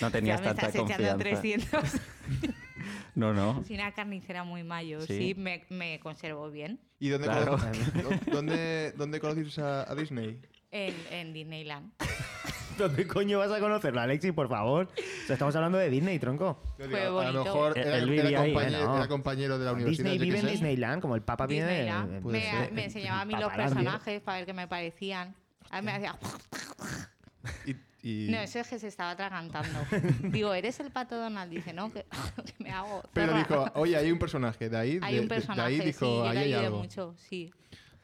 No tenías
ya me
tanta
estás echando
confianza.
300.
No, no.
Soy una carnicera muy mayo.
Sí.
Sí, me, me conservo bien.
¿Y dónde,
Claro.
conoci- dónde, dónde conociste a, a Disney?
En, en Disneyland.
¿Dónde coño vas a conocerlo, Alexis? Por favor. O sea, estamos hablando de Disney, tronco.
Yo
Fue
a lo
bonito.
mejor
El-
era,
el
era
BBI,
compañero,
eh, no.
era compañero de la universidad.
Disney
yo qué
vive en
sé.
Disneyland, como el Papa vive en.
Disneyland.
en-
Me,
en-
me enseñaba a mí los
Papalandia.
personajes para ver qué me parecían. A mí me hacía...
Y, y-
No, eso es que se estaba atragantando. Digo, ¿eres el pato Donald? Dice, no, que, que me hago...
Pero
zorra".
dijo, oye, hay un personaje. De ahí,
Hay
de-
un
de- de
personaje,
ahí
sí, yo
dijo,
le
ahí hay
ayudé
algo.
mucho, sí.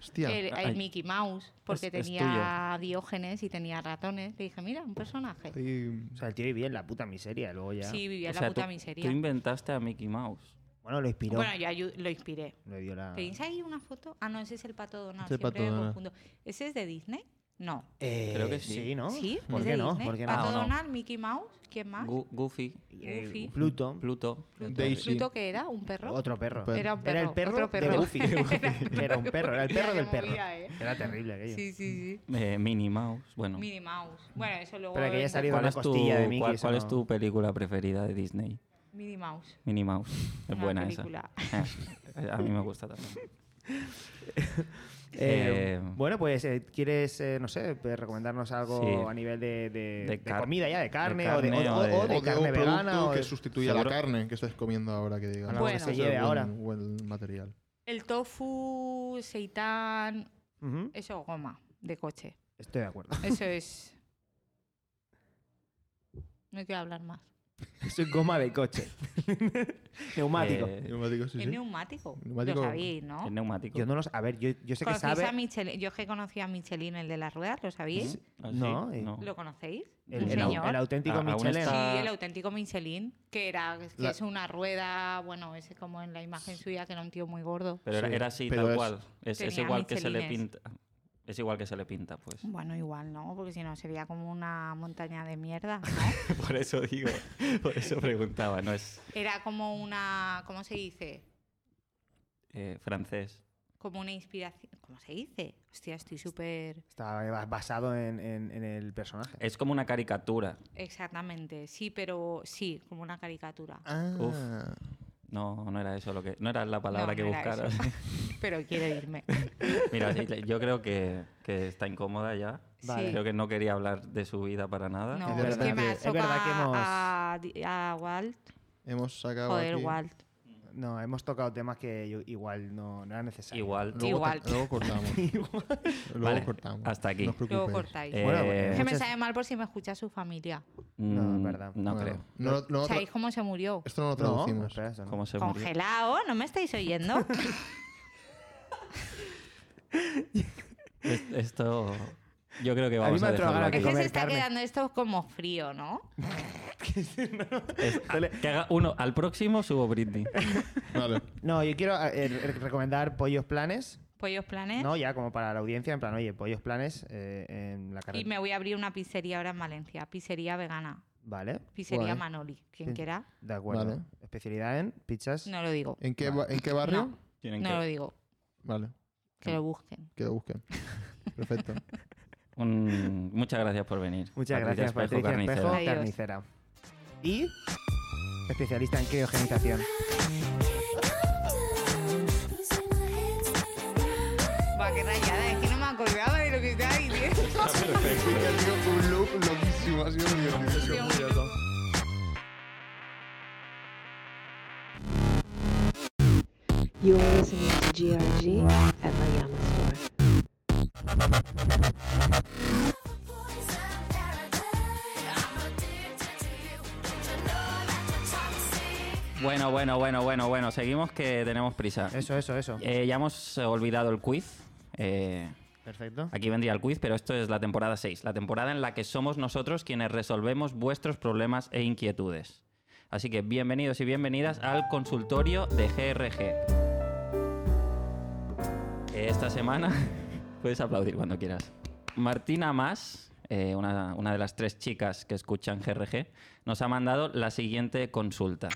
Hostia.
el, el
ay.
Mickey Mouse, porque
es
tenía diógenes y tenía ratones. Le dije, mira, un personaje. Sí,
ahí-
O sea, el tío vivía en la puta miseria, luego ya.
vivía
O
en
sea,
la puta
tú- Tú
miseria.
inventaste a Mickey Mouse.
Bueno, lo inspiró.
Bueno, yo ayu- lo inspiré.
Le dio la.
¿Tenéis ahí una foto? Ah, no, ese es el pato Donald.
Es el
Siempre
pato
me
Donald.
confundo. ¿Ese es de Disney? No.
Eh,
Creo que sí.
¿no?
¿Sí?
¿Por
¿Es de
qué no?
Disney?
¿Por qué no?
Ah,
Pato
no, no.
Donald, Mickey Mouse, ¿quién más?
Gu- Goofy,
Goofy.
Eh, Pluto.
Pluto.
Daisy.
¿Pluto qué era? ¿Un perro?
Otro perro.
Perro.
Era un perro.
Era el perro,
otro perro.
de Goofy.
Era
era un perro, era el
Mira
perro
qué
del perro.
movida, ¿eh?
Era terrible aquello.
Sí, sí, sí.
Eh, Minnie Mouse, bueno.
Minnie Mouse. Bueno, eso luego.
Pero que ya
en-
salió-
¿Cuál,
una
es tu,
costilla de Mickey,
cuál,
eso
cuál
no.
es tu película preferida de Disney?
Minnie Mouse.
Minnie Mouse. Es
Una
buena
película.
esa. Eh, A mí me gusta también.
Eh,
Eh,
bueno, pues eh, quieres, eh, no sé, pues, recomendarnos algo
Sí.
a nivel de, de-
De
de
car-
comida ya, de carne, o de,
carne
o-
o de-
o
O
de
de
carne
un producto
vegana. o
que
de-
sustituya
seguro-
la carne que estés comiendo ahora que diga.
Algo
que Bueno. se
lleve
buen,
ahora.
Buen material.
El tofu, seitan,
Ujú,
eso goma de coche.
Estoy de acuerdo.
Eso es. No quiero hablar más.
Eso es goma de coche. Neumático.
Eh,
Neumático, sí,
Es
sí.
neumático.
Neumático.
Lo sabéis, ¿no?
el neumático.
Yo no los. A ver, yo, yo sé que
¿Conocéis a
sabe.
Michelin? Yo es que conocí a Michelin, el de las ruedas, ¿lo sabéis?
¿Ah,
No, eh,
¿Lo conocéis?
El,
Un
el au-
señor.
el auténtico
Ah, aún
Michelin.
está-
Sí, el auténtico Michelin, que era que
La-
es una rueda, bueno, ese como en la imagen suya, que era un tío muy gordo.
Pero era,
Sí,
era así,
pero
tal
es-
cual. Es, es
Tenía
igual que se le
michelines.
pinta. Es igual que se le pinta, pues.
Bueno, igual no, porque si no sería como una montaña de mierda, ¿no?
Por eso digo, por eso preguntaba, no es
Era como una, ¿cómo se dice?
eh, francés.
Como una inspiración, ¿cómo se dice? Hostia, estoy súper...
Está basado en, en- en el personaje.
Es como una caricatura,
Exactamente, sí, pero sí, como una caricatura.
Ah.
No, no era eso lo que. No era la palabra
No,
que
no era
buscara.
eso. Pero quiero irme.
Mira, sí, yo creo que, que está incómoda ya.
Vale.
Creo que no quería hablar de su vida para nada.
No,
Es
es, que
verdad
me
que-
es verdad que
asopa
hemos-
a, di- a Walt.
Hemos sacado
Joder,
aquí.
Walt.
No, hemos tocado temas que yo- igual no, no era necesario.
Igual.
Luego,
Igual.
ta- luego cortamos. luego
Vale,
cortamos.
hasta aquí.
No os preocupéis.
Luego cortáis.
Eh,
Bueno, pues,
es que me
muchas-
sabe mal por si me escucha su familia.
No, es
mm,
verdad.
No
Bueno,
creo.
no lo- no lo tra-
¿Sabéis cómo se murió?
esto no lo
No,
traducimos.
espera, eso no.
¿Cómo se murió?
Congelado, ¿no me estáis oyendo?
Es- Esto. Yo creo que
A mí
vamos
me
a,
ha entrado
dejarlo
ganas
es
aquí.
que se
comer
está
carne.
quedando esto como frío, ¿no?
Es- que haga uno. Al próximo subo Britney.
Vale.
No, yo quiero eh, re- recomendar Pollos Planes,
Pollos Pues Planet.
¿no? Ya como para la audiencia, en plan, oye, Pollos Planes eh, en la
y
carretera.
me voy a abrir una pizzería ahora en Valencia. Pizzería vegana.
Vale,
Pizzería
Guay.
Manoli. Quien
Sí.
quiera,
de acuerdo.
Vale.
Especialidad en pizzas.
no lo digo.
¿En qué, ba- ¿En qué barrio?
No,
Tienen
no
que-
lo digo.
Vale,
Que lo busquen.
que lo busquen. Perfecto.
un- Muchas gracias por venir.
Muchas
Patricia
gracias,
Espejo,
Patricia Espejo,
carnicera.
Adiós.
carnicera. Y especialista en criogenización.
Va, qué rayada. Es que no me acordaba de lo que estaba diciendo.
un loop loquísimo. Ha sido muy divertido.
You're listening to GRG at my Yama store.
Bueno, bueno, bueno, bueno, bueno. Seguimos que tenemos prisa.
Eso, eso, eso.
Eh, ya hemos eh, olvidado el quiz. Eh,
Perfecto.
Aquí vendría el quiz, pero esto es la temporada 6, la temporada en la que somos nosotros quienes resolvemos vuestros problemas e inquietudes. Así que bienvenidos y bienvenidas al consultorio de GRG. Esta semana puedes aplaudir cuando quieras. Martina Más, eh, una, una de las tres chicas que escuchan GRG, nos ha mandado la siguiente consulta.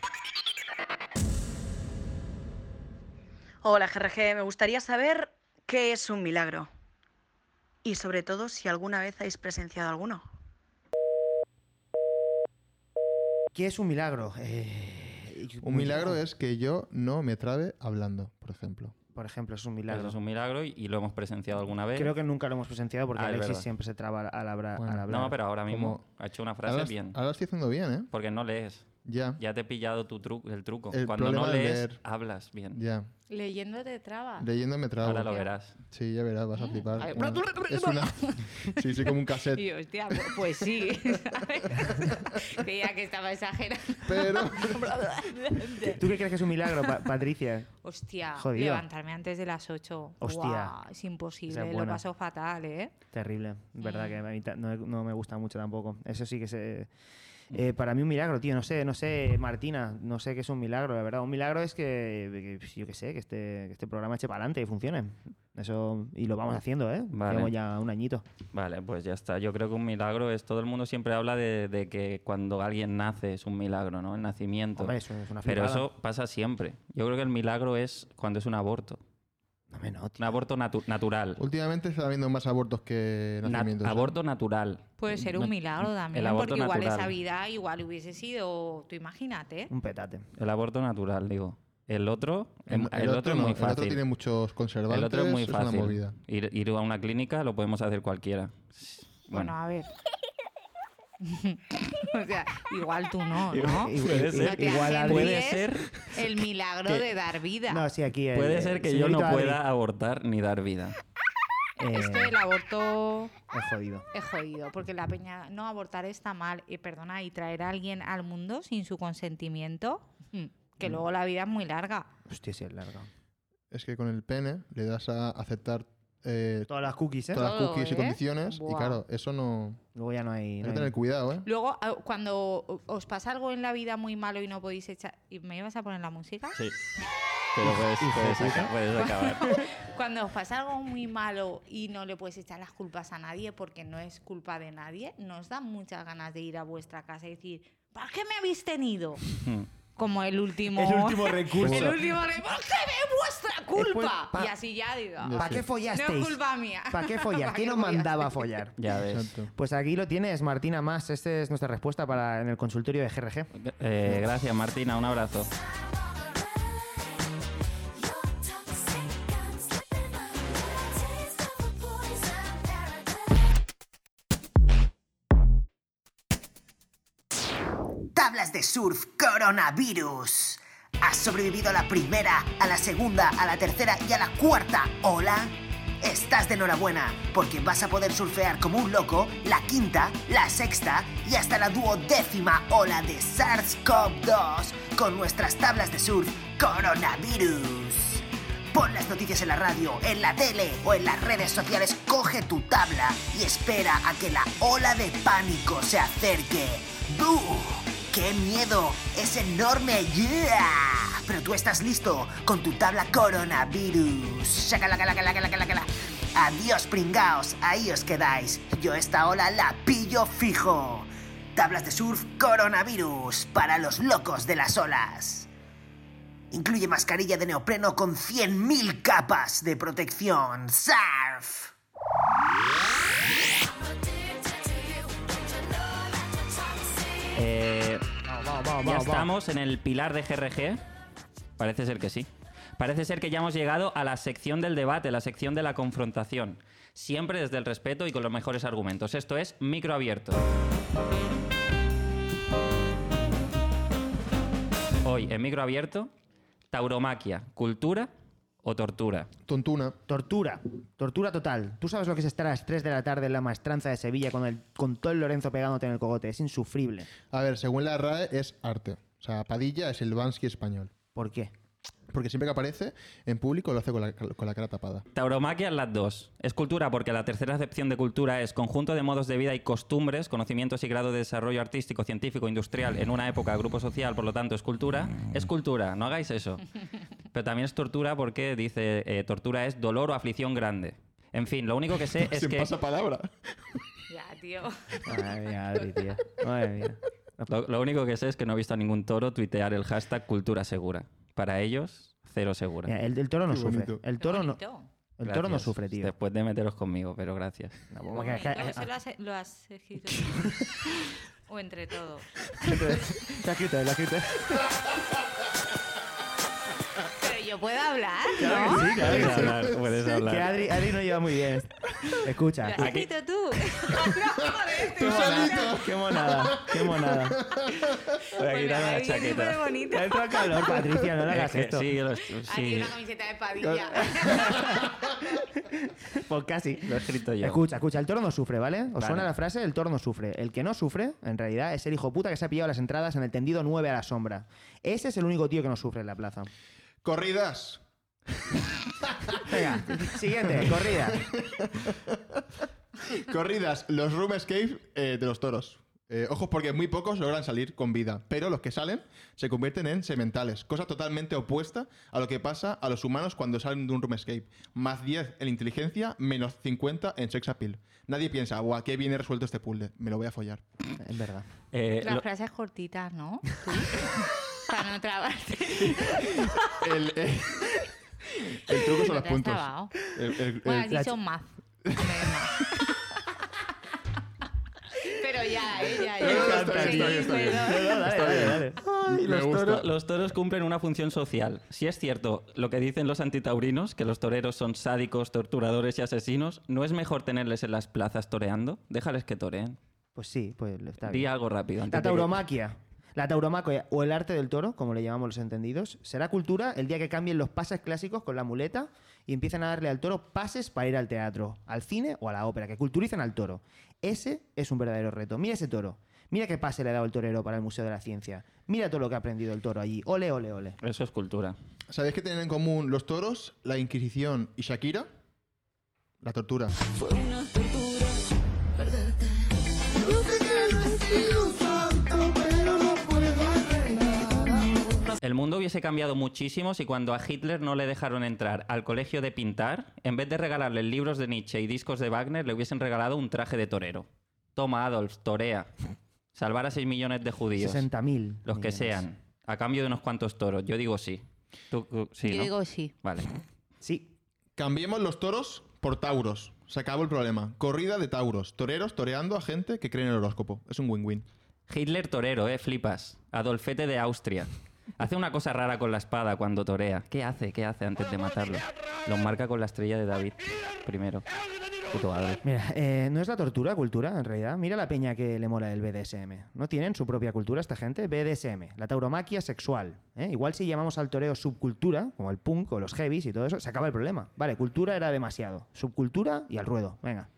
Hola GRG, me gustaría saber qué es un milagro. Y sobre todo si alguna vez habéis presenciado alguno.
¿Qué es un milagro? Eh,
Un milagro es que yo no me trabe hablando, por ejemplo.
Por ejemplo, es un
Eso
milagro.
es un milagro y, y lo hemos presenciado alguna vez.
Creo que nunca lo hemos presenciado porque
Ah, es
Alexis
verdad.
siempre se traba al, habra- al
Bueno.
hablar.
No, pero ahora mismo
Como-
ha hecho una frase
Ahora,
bien.
ahora lo estoy haciendo bien, ¿eh?
Porque no lees.
Ya.
Ya te he pillado tu tru- el truco.
El
Cuando no
problema de
lees,
leer.
hablas bien.
Ya.
Leyendo de trabas.
Leyendo me trabo.
Ahora lo verás.
Sí, ya verás, vas a flipar.
A ver,
Ah. Bueno, es una... Sí, sí, como un
Y
cassette.
yo, hostia, pu- pues sí. ¿sabes? Creía que estaba exagerando.
Pero...
¿Tú qué crees que es un milagro, Pa- Patricia?
Hostia,
Jodido.
levantarme antes de las 8.
Hostia.
Guau, es
Esa
imposible,
es
lo
buena.
paso fatal, ¿eh?
Terrible, verdad que a mí ta- no, no me gusta mucho tampoco. Eso sí que se... Eh, para mí un milagro, tío. No sé, no sé, Martina, no sé qué es un milagro, la verdad. Un milagro es que, que- yo qué sé, que este, que este programa eche para adelante y funcione. Eso, y lo vamos haciendo, ¿eh?
Vale.
Llevamos ya un añito.
Vale, pues ya está. Yo creo que un milagro es. Todo el mundo siempre habla de, de que cuando alguien nace es un milagro, ¿no? El nacimiento.
Hombre, eso es una
Pero
flipada.
eso pasa siempre. Yo creo que el milagro es cuando es un aborto.
No me no,
Un aborto natu- natural.
Últimamente está habiendo más abortos que
Na-
nacimientos. ¿eh?
aborto natural.
Puede ser un milagro también,
el aborto
porque igual
natural.
esa vida igual hubiese sido, tú imagínate,
Un petate.
El aborto natural, digo. El otro,
El,
em-
el
el otro, es
no,
muy
el otro
fácil.
tiene muchos conservantes.
El otro es muy
una
fácil.
movida.
Ir, ir a una clínica lo podemos hacer cualquiera.
Bueno,
Bueno,
a ver. o sea, igual tú no, ¿no?
Igual-
Puede
igual-
ser.
No te
igual a-
agencias
Puede ser.
el milagro
que-
de dar vida.
No, sí, aquí. el-
puede
el
ser que yo no
señorito Adri,
pueda abortar ni dar vida.
eh,
Es que el aborto
es jodido.
es jodido, porque la peña no abortar está mal, y perdona, y traer a alguien al mundo sin su consentimiento, mm, que luego la vida es muy larga.
Hostia, sí, es largo.
Es que con el pene le das a aceptar eh,
Todas las cookies, ¿eh?
todas las
Todo,
cookies
¿eh?
y condiciones. Y
Buah.
claro, eso no.
Luego ya no hay.
Hay
no
que
hay-
tener cuidado, ¿eh?
Luego, a- cuando o- os pasa algo en la vida muy malo y no podéis echar... ¿Y ¿Me ibas a poner la música?
Sí. Pero puedes, puedes aca- puedes acabar.
Cuando os pasa algo muy malo y no le puedes echar las culpas a nadie porque no es culpa de nadie, ¿no os dan muchas ganas de ir a vuestra casa y decir, ¿para qué me habéis tenido?
Hmm.
Como el último...
El último recurso.
el último recurso. ¿Por qué es vuestra culpa?
Después, pa-
y así ya digo,
Yo
¿Para
sé.
qué
no es
follasteis?
culpa mía.
¿Para qué follar?
¿Pa'
¿Quién
qué
os
follar?
mandaba a follar?
Ya ves.
Exacto.
Pues aquí lo tienes, Martina Más. Esta es nuestra respuesta para en el consultorio de GRG.
Eh, gracias, Martina. Un abrazo.
Tablas de surf coronavirus. ¿Has sobrevivido a la primera, a la segunda, a la tercera y a la cuarta ola? Estás de enhorabuena, porque vas a poder surfear como un loco la quinta, la sexta y hasta la duodécima ola de SARS-CoV-2 con nuestras tablas de surf coronavirus. Pon las noticias en la radio, en la tele o en las redes sociales. Coge tu tabla y espera a que la ola de pánico se acerque. ¡Bú! ¡Qué miedo! ¡Es enorme! ¡Yeah! Pero tú estás listo con tu tabla coronavirus. ¡Sácala, cala, cala, cala, cala, cala! Adiós, pringaos. Ahí os quedáis. Yo esta ola la pillo fijo. Tablas de surf coronavirus para los locos de las olas. Incluye mascarilla de neopreno con 100.000 capas de protección. ¡Sarf!
Eh,
Vamos, vamos, vamos.
ya
vamos.
estamos en el pilar de GRG. Parece ser que sí. Parece ser que ya hemos llegado a la sección del debate, la sección de la confrontación. Siempre desde el respeto y con los mejores argumentos. Esto es micro abierto. Hoy en micro abierto, tauromaquia, cultura o tortura.
Tontuna.
Tortura, tortura total. Tú sabes lo que es estar a las 3 de la tarde en la maestranza de Sevilla con, el, con todo el Lorenzo pegándote en el cogote. Es insufrible.
A ver, según la RAE es arte. O sea, Padilla es el Bansky español.
¿Por qué?
Porque siempre que aparece en público lo hace con la, con la cara tapada.
Tauromaquia en las dos. Es cultura porque la tercera acepción de cultura es conjunto de modos de vida y costumbres, conocimientos y grado de desarrollo artístico, científico, industrial en una época, grupo social, por lo tanto es cultura. Es cultura, no hagáis eso. Pero también es tortura porque dice, eh, tortura es dolor o aflicción grande. En fin, lo único que sé es
Se
que...
pasa palabra.
Ya, tío.
Madre mía, Adri, tío. Madre mía.
Lo, lo único que sé es que no he visto a ningún toro tuitear el hashtag cultura segura. Para ellos, cero segura.
Mira, el, el toro no
Qué
sufre.
bonito.
El toro no,
Bonito.
el toro no
Gracias.
sufre, tío.
Después de meteros conmigo, pero gracias.
No, vamos, que- que-
Bonito, eso lo
ah,
has, lo has escrito. o entre todos.
te has quitado, te has quitado.
Pero yo puedo hablar,
Claro
¿no?
que sí, claro que
Puedes
sí.
hablar, puedes hablar.
Que Adri, Adri no lleva muy bien. Escucha.
Lo has escrito tú. No, joder,
Qué
tú.
monada, qué monada, qué monada.
Voy a
Pues me
quitarme la
va bien,
chaqueta.
súper bonito.
Entra calor, Patricia, no le
Es
hagas
que
esto.
sí, lo-
Aquí
sí.
una camiseta de padilla.
Pues casi.
Lo he escrito yo.
Escucha, escucha, el toro no sufre, ¿vale? ¿Os
Vale.
suena la frase? El toro no sufre. El que no sufre, en realidad, es el hijo puta que se ha pillado las entradas en el tendido 9 a la sombra. Ese es el único tío que no sufre en la plaza.
Corridas.
Venga, siguiente, corrida.
Corridas. Los room escape eh, de los toros. Eh, ojos porque muy pocos logran salir con vida, pero los que salen se convierten en sementales, cosa totalmente opuesta a lo que pasa a los humanos cuando salen de un room escape. Más 10 en inteligencia, menos 50 en sex appeal. Nadie piensa, guau, qué bien he resuelto este puzzle, me lo voy a follar.
Es verdad.
Eh,
Las frases cortitas, ¿no? Tú. Para no trabarte.
el, eh, el truco son
No
los
te has
puntos.
trabado.
El- el-
oh. Bueno,
el-
has dicho más. Pero ya, eh, ya, ya.
Me encanta,
Sí,
está bien, está bien.
perdón.
Está bien.
Ay,
Me
los,
gusta.
toros, los toros cumplen una función social. Si es cierto lo que dicen los antitaurinos, que los toreros son sádicos, torturadores y asesinos, ¿no es mejor tenerles en las plazas toreando? Déjales que toreen.
Pues sí, pues está
Di
bien.
algo rápido. antes
La
de que-
tauromaquia. La tauromaquia o el arte del toro, como le llamamos los entendidos, será cultura el día que cambien los pases clásicos con la muleta y empiezan a darle al toro pases para ir al teatro, al cine o a la ópera, que culturicen al toro. Ese es un verdadero reto. Mira ese toro. Mira qué pase le ha dado el torero para el Museo de la Ciencia. Mira todo lo que ha aprendido el toro allí. Ole, ole, ole.
Eso es cultura.
¿Sabéis qué tienen en común los toros, la Inquisición y Shakira? La tortura.
El mundo hubiese cambiado muchísimo si cuando a Hitler no le dejaron entrar al colegio de pintar, en vez de regalarle libros de Nietzsche y discos de Wagner, le hubiesen regalado un traje de torero. Toma, Adolf, torea. Salvar a 6 millones de judíos.
60.000.
Los que
millones.
sean. A cambio de unos cuantos toros. Yo digo sí. Tú, tú- sí,
Yo
¿no?
digo sí.
Vale.
Sí.
Cambiemos los toros por tauros. Se acabó el problema. Corrida de tauros. Toreros toreando a gente que cree en el horóscopo. Es un win-win.
Hitler torero, eh, flipas. Adolfete de Austria. Hace una cosa rara con la espada cuando torea. ¿Qué hace? ¿Qué hace antes de matarlo? Los marca con la estrella de David. Primero. Puto Adolf.
Mira, eh, no es la tortura cultura, en realidad. Mira la peña que le mola el BDSM. ¿No tienen su propia cultura esta gente? BDSM, la tauromaquia sexual. ¿eh? Igual si llamamos al toreo subcultura, como el punk o los heavies y todo eso, se acaba el problema. Vale, cultura era demasiado. Subcultura y al ruedo. Venga.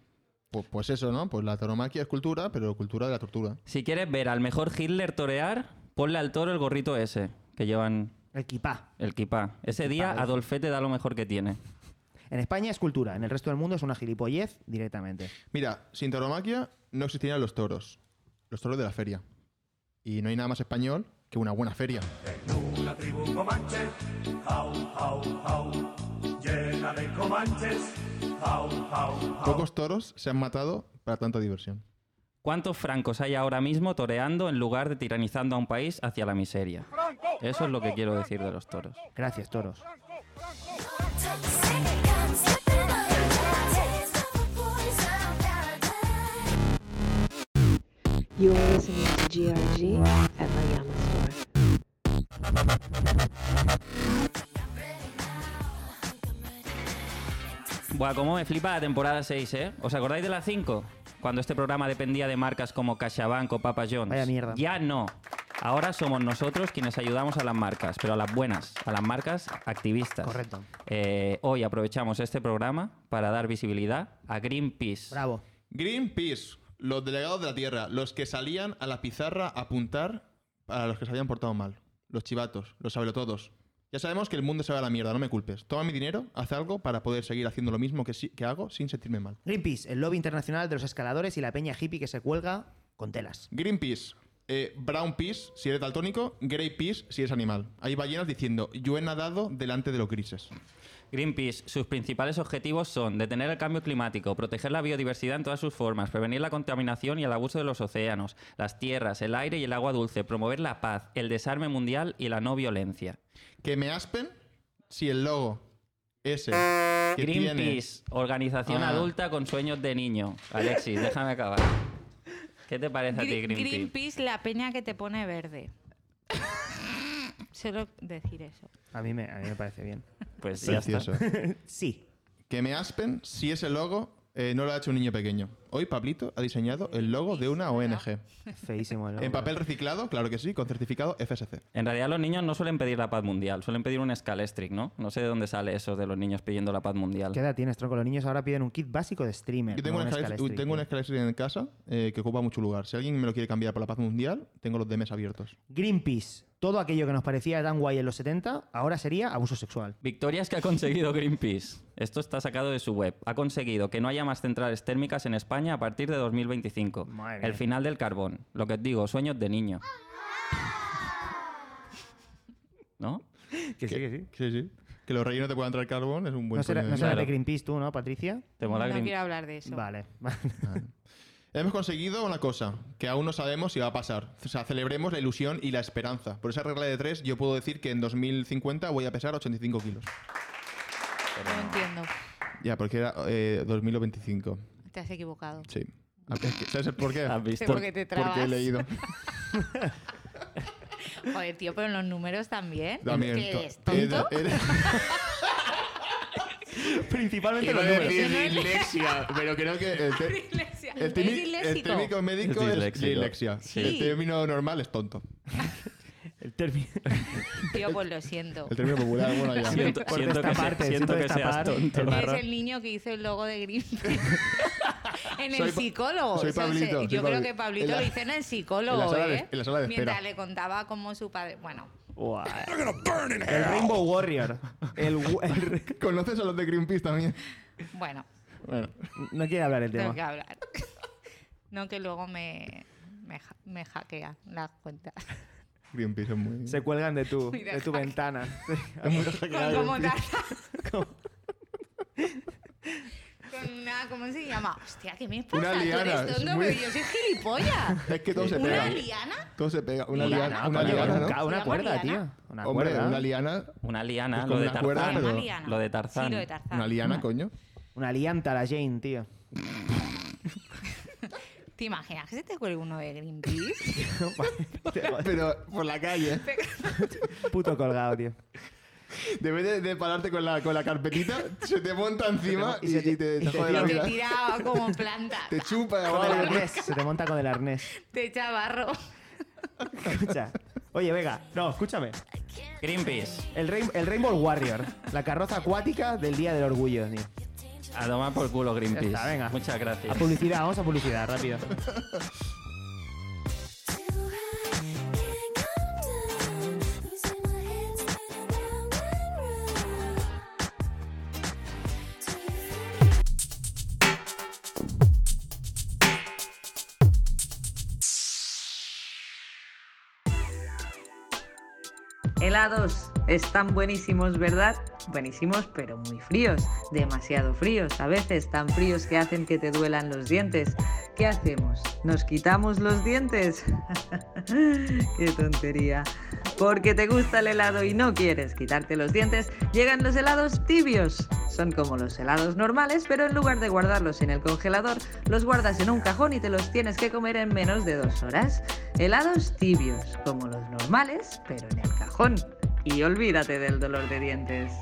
Pues, pues eso, ¿no? Pues la tauromaquia es cultura, pero cultura de la tortura.
Si quieres ver al mejor Hitler torear, ponle al toro el gorrito ese que llevan
El kipá.
el kipá. Ese día
Kipá, eh.
Adolfete da lo mejor que tiene.
En España es cultura, en el resto del mundo es una gilipollez directamente.
Mira, sin tauromaquia no existirían los toros. Los toros de la feria. Y no hay nada más español que una buena feria. Pocos toros se han matado para tanta diversión.
¿Cuántos francos hay ahora mismo toreando en lugar de tiranizando a un país hacia la miseria? Eso es lo que quiero decir de los toros.
Gracias, toros.
You're listening to GRG at my Yama store.
Buah, cómo me flipa la temporada 6, ¿eh? ¿Os acordáis de la 5? Cuando este programa dependía de marcas como CaixaBank o Papa John's.
Vaya mierda.
Ya no. Ahora somos nosotros quienes ayudamos a las marcas, pero a las buenas, a las marcas activistas.
Correcto.
Eh, hoy aprovechamos este programa para dar visibilidad a Greenpeace.
Bravo.
Greenpeace, los delegados de la tierra, los que salían a la pizarra a apuntar para los que se habían portado mal. Los chivatos, los sabelotodos. Ya sabemos que el mundo se va a la mierda, no me culpes. Toma mi dinero, haz algo para poder seguir haciendo lo mismo que, sí- que hago sin sentirme mal.
Greenpeace, el lobby internacional de los escaladores y la peña hippie que se cuelga con telas.
Greenpeace, eh, Brown Peace si eres daltónico, Grey Peace si eres animal. Hay ballenas diciendo, yo he nadado delante de los grises.
Greenpeace, sus principales objetivos son detener el cambio climático, proteger la biodiversidad en todas sus formas, prevenir la contaminación y el abuso de los océanos, las tierras, el aire y el agua dulce, promover la paz, el desarme mundial y la no violencia.
Que me aspen si el logo ese que tiene
Greenpeace, organización
Ah.
adulta con sueños de niño. Alexis, déjame acabar. ¿Qué te parece a ti,
Gre-
Greenpeace?
Greenpeace, la peña que te pone verde. Solo decir eso.
A mí me, a mí me parece bien.
Pues ya está.
Precioso.
Sí.
Que me aspen si ese logo eh, no lo ha hecho un niño pequeño. Hoy Pablito ha diseñado el logo de una ONG.
Feísimo el
En
logo.
papel reciclado, claro que sí, con certificado FSC.
En realidad los niños no suelen pedir la paz mundial, suelen pedir un escalestric, ¿no? No sé de dónde sale eso de los niños pidiendo la paz mundial.
¿Qué edad tienes, tronco? Los niños ahora piden un kit básico de streamer.
Yo tengo,
no
un
un
escalestri-
escalestric,
tengo un
¿no?
escalestri en casa eh, que ocupa mucho lugar. Si alguien me lo quiere cambiar por la paz mundial, tengo los DMs abiertos.
Greenpeace, Todo aquello que nos parecía tan guay en los 70 ahora sería abuso sexual.
Victorias que ha conseguido Greenpeace. Esto está sacado de su web. Ha conseguido que no haya más centrales térmicas en España a partir de 2025.
Madre mía.
El final del carbón. Lo que os digo, sueños de niño. ¿No?
Que sí, que sí.
Sí, sí. Que los rellenos te puedan traer carbón es un buen
No será,
sueño.
no será
Claro.
de Greenpeace tú, ¿no, Patricia?
¿Te
No
mola Green-
quiero hablar de eso.
Vale.
Hemos conseguido una cosa que aún no sabemos si va a pasar. O sea, celebremos la ilusión y la esperanza. Por esa regla de tres, yo puedo decir que en 2050 voy a pesar 85 kilos.
No entiendo.
Ya, porque era eh, 2025.
Te has equivocado.
Sí. Ah, es que- ¿Sabes por qué?
¿Has visto?
Sí, porque te trabas.
Porque he leído.
Joder, tío, pero en los números también.
También.
¿Qué eres,
to- he-
tonto?
he-
Principalmente
Iba
los
a
números.
decir
Eso no es-
dislexia, pero creo que el, te-
Dislexia.
el,
Es
técnico- el
disléxico.
técnico médico
Es
es
disléxico.
dislexia.
Sí.
El término normal es tonto.
El término.
Tío, pues lo siento.
El término popular, bueno, ya.
Siento,
Por
siento que, se-
destaparte,
siento
siento
que seas
destapar
tonto.
el
Eres
marrón.
el niño que hizo el logo de Greenpeace. en el
Soy Pa-
psicólogo.
soy
eso es-
Pablito, soy
yo creo
Pabli-
que Pablito
en la-
lo hizo en el psicólogo.
en la sala de-
¿eh?
en la sala de
Mientras
espera.
le contaba cómo su padre. Bueno,
Guau. El Rainbow Warrior. El, gu- el re-
¿Conoces a los de Greenpeace también?
bueno,
Bueno,
No quiere hablar el
tengo
tema.
que hablar. no que luego me, me, ha- me hackean las cuentas.
Greenpeace es muy.
Se cuelgan de tu,
Mira,
de tu
hack.
ventana.
Con, como tarda- Con una, ¿cómo se llama? Hostia, ¿qué me pasa?
Una liana,
Tú eres
es
tonto,
muy-
pero yo soy gilipollas.
Es que todo se
¿Una
pega.
liana?
Todo se pega. Una
Liana,
liana, una
con
liana,
liana, ¿no?
ca- Una
Se llama
cuerda, tío.
liana.
Una
Hombre,
cuerda.
una liana.
Una liana,
Pues
lo
con
de
una
Tarzán.
cuerda, Ah, pero-
Una liana.
Lo de Tarzán.
Sí, lo de Tarzán.
Una liana, coño.
Una alianta la Jane, tío.
¿Te imaginas que se te cuelga uno de Greenpeace?
Pero por la calle.
Puto colgado, tío.
Debes de, de pararte con la, con la carpetita, se te monta encima y,
Y se te-
y te,
y
te
te
jode
y
la
te
vida.
tiraba como planta.
Te chupa o
Con el
algo.
arnés. Se te monta con el arnés.
Te echa barro.
Escucha. Oye, venga. No, escúchame.
Greenpeace.
El, Rain- el Rainbow Warrior. La carroza acuática del Día del Orgullo, tío.
A tomar por culo Greenpeace.
Ya está, venga.
Muchas
A
gracias.
publicidad, vamos a publicidad, rápido.
Helados. Están buenísimos, ¿verdad? Buenísimos, pero muy fríos. Demasiado fríos. A veces tan fríos que hacen que te duelan los dientes. ¿Qué hacemos? ¿Nos quitamos los dientes? ¡Qué tontería! Porque te gusta el helado y no quieres quitarte los dientes, llegan los helados tibios. Son como los helados normales, pero en lugar de guardarlos en el congelador, los guardas en un cajón y te los tienes que comer en menos de dos horas. Helados tibios, como los normales, pero en el cajón. Y olvídate del dolor de dientes.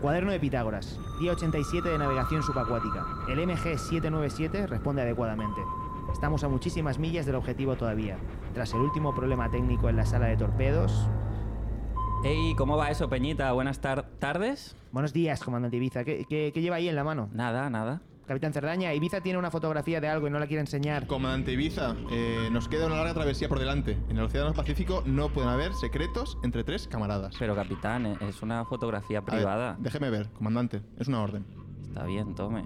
Cuaderno de Pitágoras, día 87 de navegación subacuática. El MG797 responde adecuadamente. Estamos a muchísimas millas del objetivo todavía. Tras el último problema técnico en la sala de torpedos.
Ey, ¿cómo va eso, Peñita? Buenas tar- tardes.
Buenos días, comandante Ibiza. ¿Qué, qué- qué lleva ahí en la mano?
Nada, nada.
Capitán Cerdaña, Ibiza tiene una fotografía de algo y no la quiere enseñar.
Comandante Ibiza, eh, nos queda una larga travesía por delante. En el Océano Pacífico no pueden haber secretos entre tres camaradas.
Pero, capitán, eh, es una fotografía
A ver,
privada.
déjeme ver, comandante. Es una orden.
Está bien, tome.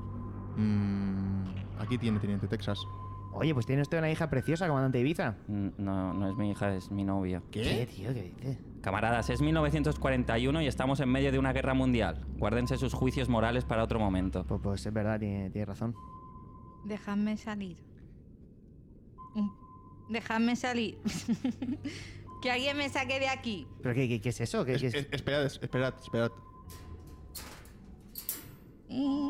Mm, aquí tiene, teniente Texas.
Oye, pues tiene usted una hija preciosa, comandante Ibiza.
N- No, no es mi hija, es mi novia.
tío? ¿Qué dice?
Camaradas, es 1941 y estamos en medio de una guerra mundial. Guárdense sus juicios morales para otro momento.
Pues, pues es verdad, tiene, tiene razón.
Dejadme salir. Un- Dejadme salir. que alguien me saque de aquí.
¿Pero qué, qué- qué es eso? ¿Qué- qué es-
Es- esperad, es- esperad, esperad.
Mm.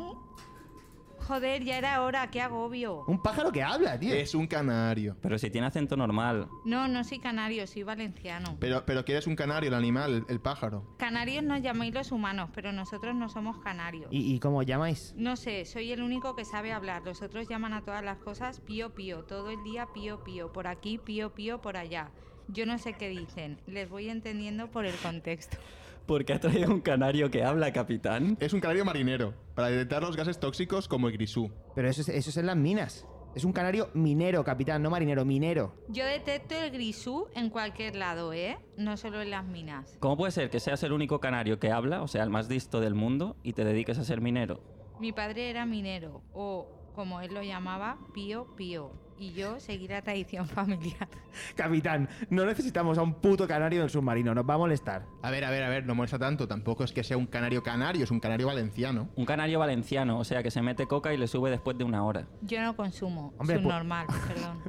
Joder, ya era hora, qué agobio.
Un pájaro que habla, tío.
Es un canario.
Pero si tiene acento normal.
No, no soy canario, soy valenciano.
Pero, pero que eres un canario, el animal, el, el pájaro.
Canarios nos llamáis los humanos, pero nosotros no somos canarios.
¿Y, y cómo os llamáis?
No sé, soy el único que sabe hablar. Los otros llaman a todas las cosas pío pío, todo el día pío pío, por aquí pío pío, por allá. Yo no sé qué dicen, les voy entendiendo por el contexto.
¿Por qué ha traído un canario que habla, capitán?
Es un canario marinero, para detectar los gases tóxicos como el grisú.
Pero eso es, eso es en las minas. Es un canario minero, capitán, no marinero, minero.
Yo detecto el grisú en cualquier lado, ¿eh? No solo en las minas.
¿Cómo puede ser que seas el único canario que habla, o sea, el más listo del mundo, y te dediques a ser minero?
Mi padre era minero, o como él lo llamaba, pío pío. Y yo seguí la tradición familiar.
Capitán, no necesitamos a un puto canario del submarino, nos va a molestar.
A ver, a ver, a ver, no molesta tanto. Tampoco es que sea un canario canario, es un canario valenciano.
Un canario valenciano, o sea, que se mete coca y le sube después de una hora.
Yo no consumo,
Hombre, pu-
subnormal, perdón.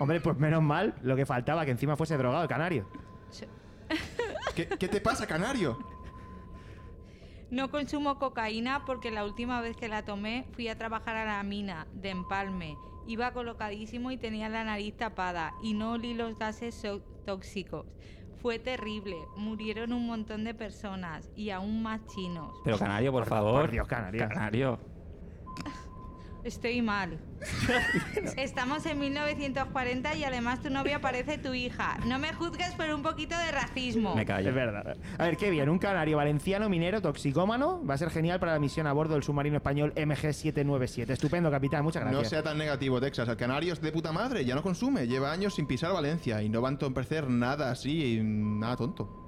Hombre, pues menos mal lo que faltaba, que encima fuese drogado el canario.
So-
¿Qué, qué te pasa, canario?
No consumo cocaína porque la última vez que la tomé fui a trabajar a la mina de Empalme. Iba colocadísimo y tenía la nariz tapada y no olí los gases so- tóxicos. Fue terrible, murieron un montón de personas y aún más chinos.
Pero canario, por favor.
por Dios, canario.
Canario.
Estoy mal. Estamos en 1940 y además tu novia parece tu hija. No me juzgues por un poquito de racismo.
Me
Es
callo.
verdad. A ver, qué bien, un canario valenciano, minero, toxicómano. Va a ser genial para la misión a bordo del submarino español MG797. Estupendo, capitán, muchas
No
gracias.
sea tan negativo, Texas. El canario es de puta madre, ya no consume, lleva años sin pisar Valencia y no va a entorpecer nada así, nada tonto.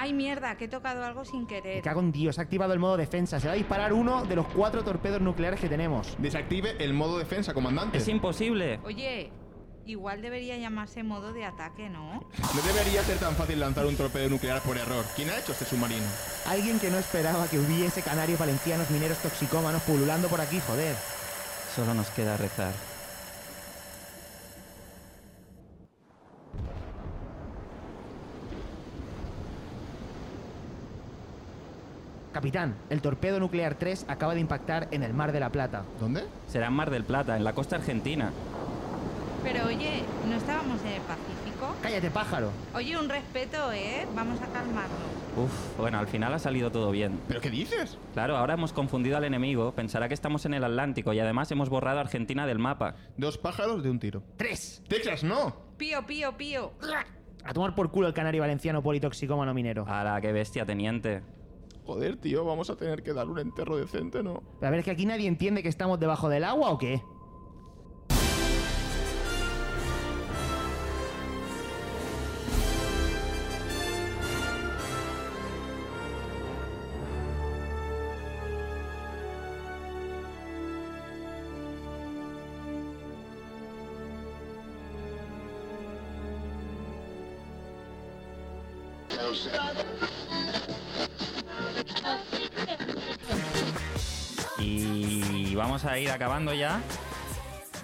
Ay mierda, que he tocado algo sin
Me
querer.
cago en Dios, ha activado el modo defensa. Se va a disparar uno de los cuatro torpedos nucleares que tenemos.
Desactive el modo defensa, comandante.
Es imposible.
Oye, igual debería llamarse modo de ataque, ¿no?
No debería ser tan fácil lanzar un torpedo nuclear por error. ¿Quién ha hecho este submarino?
Alguien que no esperaba que hubiese canarios valencianos, mineros, toxicómanos pululando por aquí, joder.
Solo nos queda rezar.
Capitán, el torpedo nuclear 3 acaba de impactar en el Mar de la Plata.
¿Dónde?
Será en Mar del Plata, en la costa argentina.
Pero oye, ¿no estábamos en el Pacífico?
Cállate, pájaro.
Oye, un respeto, ¿eh? Vamos a calmarnos.
Uf, bueno, al final ha salido todo bien.
¿Pero qué dices?
Claro, ahora hemos confundido al enemigo, pensará que estamos en el Atlántico y además hemos borrado a Argentina del mapa.
Dos pájaros de un tiro.
¡Tres!
¡Texas, no!
Pío, pío, pío.
A tomar por culo el canario valenciano politoxicómano minero.
A la qué bestia, teniente.
Joder, tío, vamos a tener que dar un enterro decente, ¿no?
A ver, es que aquí nadie entiende que estamos debajo del agua o qué.
Y vamos a ir acabando ya.